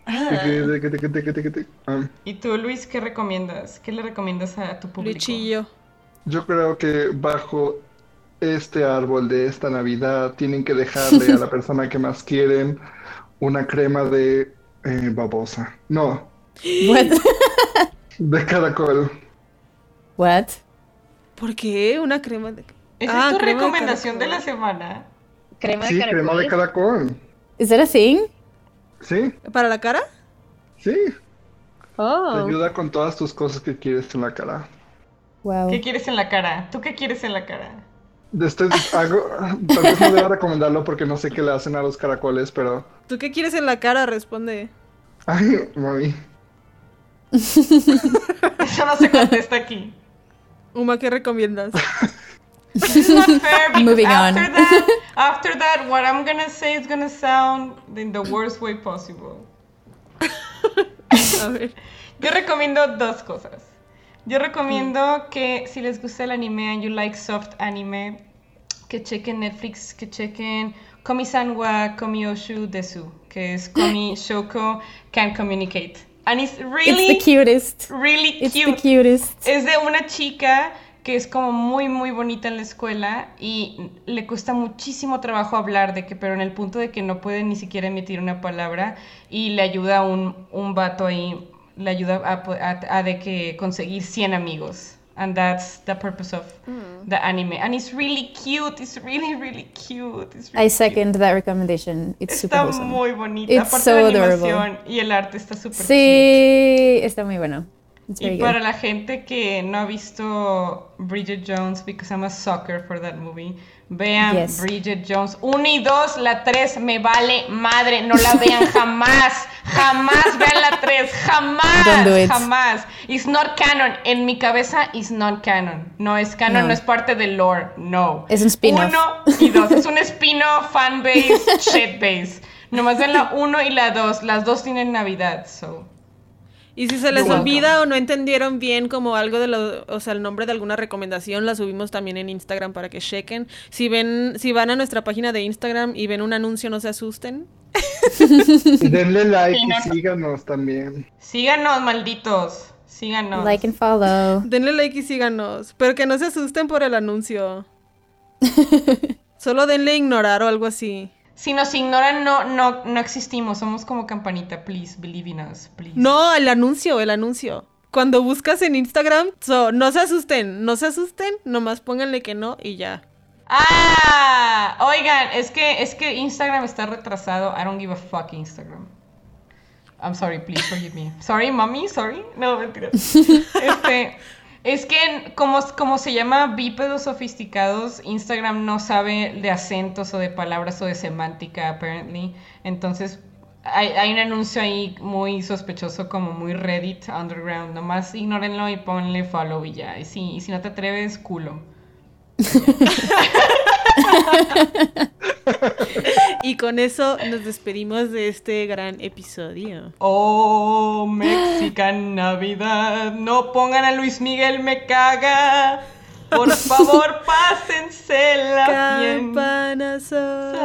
Ah.
Tiki, tiki, tiki, tiki, tiki, tiki. Ah,
¿Y tú, Luis, qué recomiendas? ¿Qué le recomiendas a tu público?
Luchillo.
Yo creo que bajo este árbol de esta Navidad tienen que dejarle a la persona que más quieren una crema de eh, babosa. No,
What?
de caracol.
What?
¿Por qué? Una crema de.
Esa
Ah,
es tu
crema de
recomendación de, la
caracol.
semana.
Crema
Sí, crema de caracol.
Is that a thing?
Sí,
¿Para la cara?
sí. Te
Oh.
ayuda con todas tus cosas que quieres en la cara.
Wow.
¿Qué quieres en la cara? ¿Tú qué quieres en la cara?
De este- hago- tal vez no deba recomendarlo porque no sé qué le hacen a los caracoles, pero...
¿Tú qué quieres en la cara? Responde.
Ay, mami.
Eso no se contesta aquí.
Uma, ¿qué recomiendas?
This is not fair because
Moving
after
on.
that, after that, what I'm gonna say is gonna sound in the worst way possible.
A ver.
Yo recomiendo dos cosas. Yo
Mm.
recomiendo que si les gusta el anime and you like soft anime, que chequen Netflix, que chequen Komi-san wa Komi-oshu Desu, que es Komi Shoko Can Communicate. And it's really,
It's the cutest.
really
It's
cute.
the cutest.
Es de una chica que es como muy, muy bonita en la escuela y le cuesta muchísimo trabajo hablar de que, pero en el punto de que no puede ni siquiera emitir una palabra y le ayuda un, un vato ahí, le ayuda a, po- a- a de que conseguir 100 amigos. And that's the purpose of
Mm.
the anime. And it's really cute, it's really, really cute. It's really cute.
I second that recommendation. It's super
Está
wholesome.
muy bonita,
It's
aparte
so
de la
adorable.
animación y el arte está súper
Sí, está muy bueno. It's very
Y
good.
para la gente que no ha visto Bridget Jones, because I'm a sucker for that movie, vean
Yes.
Bridget Jones 1 y 2, la 3 me vale madre, no la vean jamás, jamás vean la 3, jamás,
Don't do it.
jamás. It's not canon, en mi cabeza it's not canon, no es canon,
No.
no, es parte del lore, no.
Es un spin-off.
Uno y dos, es un spin-off, fanbase, shitbase. Nomás vean la 1 y la 2, las dos tienen Navidad, so...
Y si se les
You're
olvida o no entendieron bien como algo de lo, o sea, el nombre de alguna recomendación, la subimos también en Instagram para que chequen. Si ven, si van a nuestra página de Instagram y ven un anuncio, no se asusten.
Y denle like y síganos también.
Síganos, malditos. Síganos.
Like and follow.
Denle like y síganos, pero que no se asusten por el anuncio. Solo denle ignorar o algo así.
Si nos ignoran, no, no, no existimos. Somos como campanita. Please, believe in us. Please.
No, el anuncio, el anuncio. Cuando buscas en Instagram, so, no se asusten, no se asusten, nomás pónganle que no y ya.
Ah, oigan, es que, es que Instagram está retrasado. I don't give a fuck Instagram. I'm sorry, please forgive me. Sorry, mommy, sorry. No, mentira. Este, es que en- como, como se llama bípedos sofisticados, Instagram no sabe de acentos o de palabras o de semántica, apparently. Entonces, hay, hay un anuncio ahí muy sospechoso, como muy Reddit, underground. Nomás ignórenlo y ponle follow y ya. Y si, y si no te atreves, culo.
Y con eso nos despedimos de este gran episodio.
Oh, Mexican Navidad, no pongan a Luis Miguel, me caga. Por favor, pásensela bien.
Campana sola.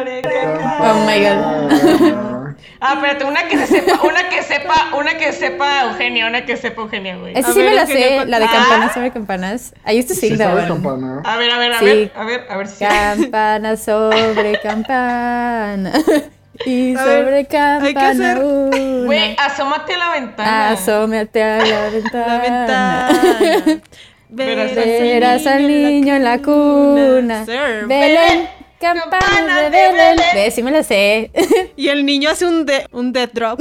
Sabe que-
Oh my
Ah. god.
Ah, espérate, una que se sepa, una que sepa, una que sepa Eugenia, una que sepa Eugenia, güey.
Esa
A
sí
ver,
me la
Eugenia,
sé,
¿cuál-
la de
Ah.
campanas sobre campanas. I used to sing
Sí,
that
sabe
one.
campana.
A ver, a ver, a
Sí.
ver, a ver, a ver si.
Campana sobre campana. Y
A ver,
sobre
hay que hacer-
campana
Güey,
una. Ah,
asómate a la ventana.
Asómate a la ventana.
La ventana.
Verás
Verás al niño en la cuna.
Sir.
Belén,
campana
campana de
de
Belén.
Belén.
Ve, sí me la sé.
Y el niño hace un, de un death drop.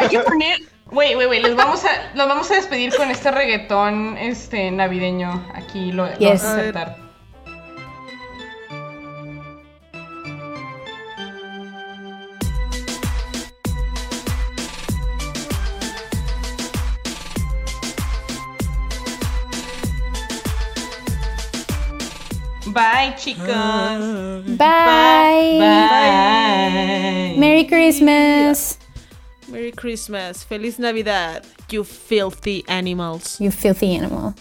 Hay que poner. Güey, güey, güey, les vamos a, los vamos a despedir con este reggaetón este navideño. Aquí lo, lo
Yes.
vamos a aceptar. Bye, chicos.
Mm, Bye.
Ah. Bye.
Merry Christmas.
Merry Christmas. Feliz Navidad. You filthy animals.
You filthy animal.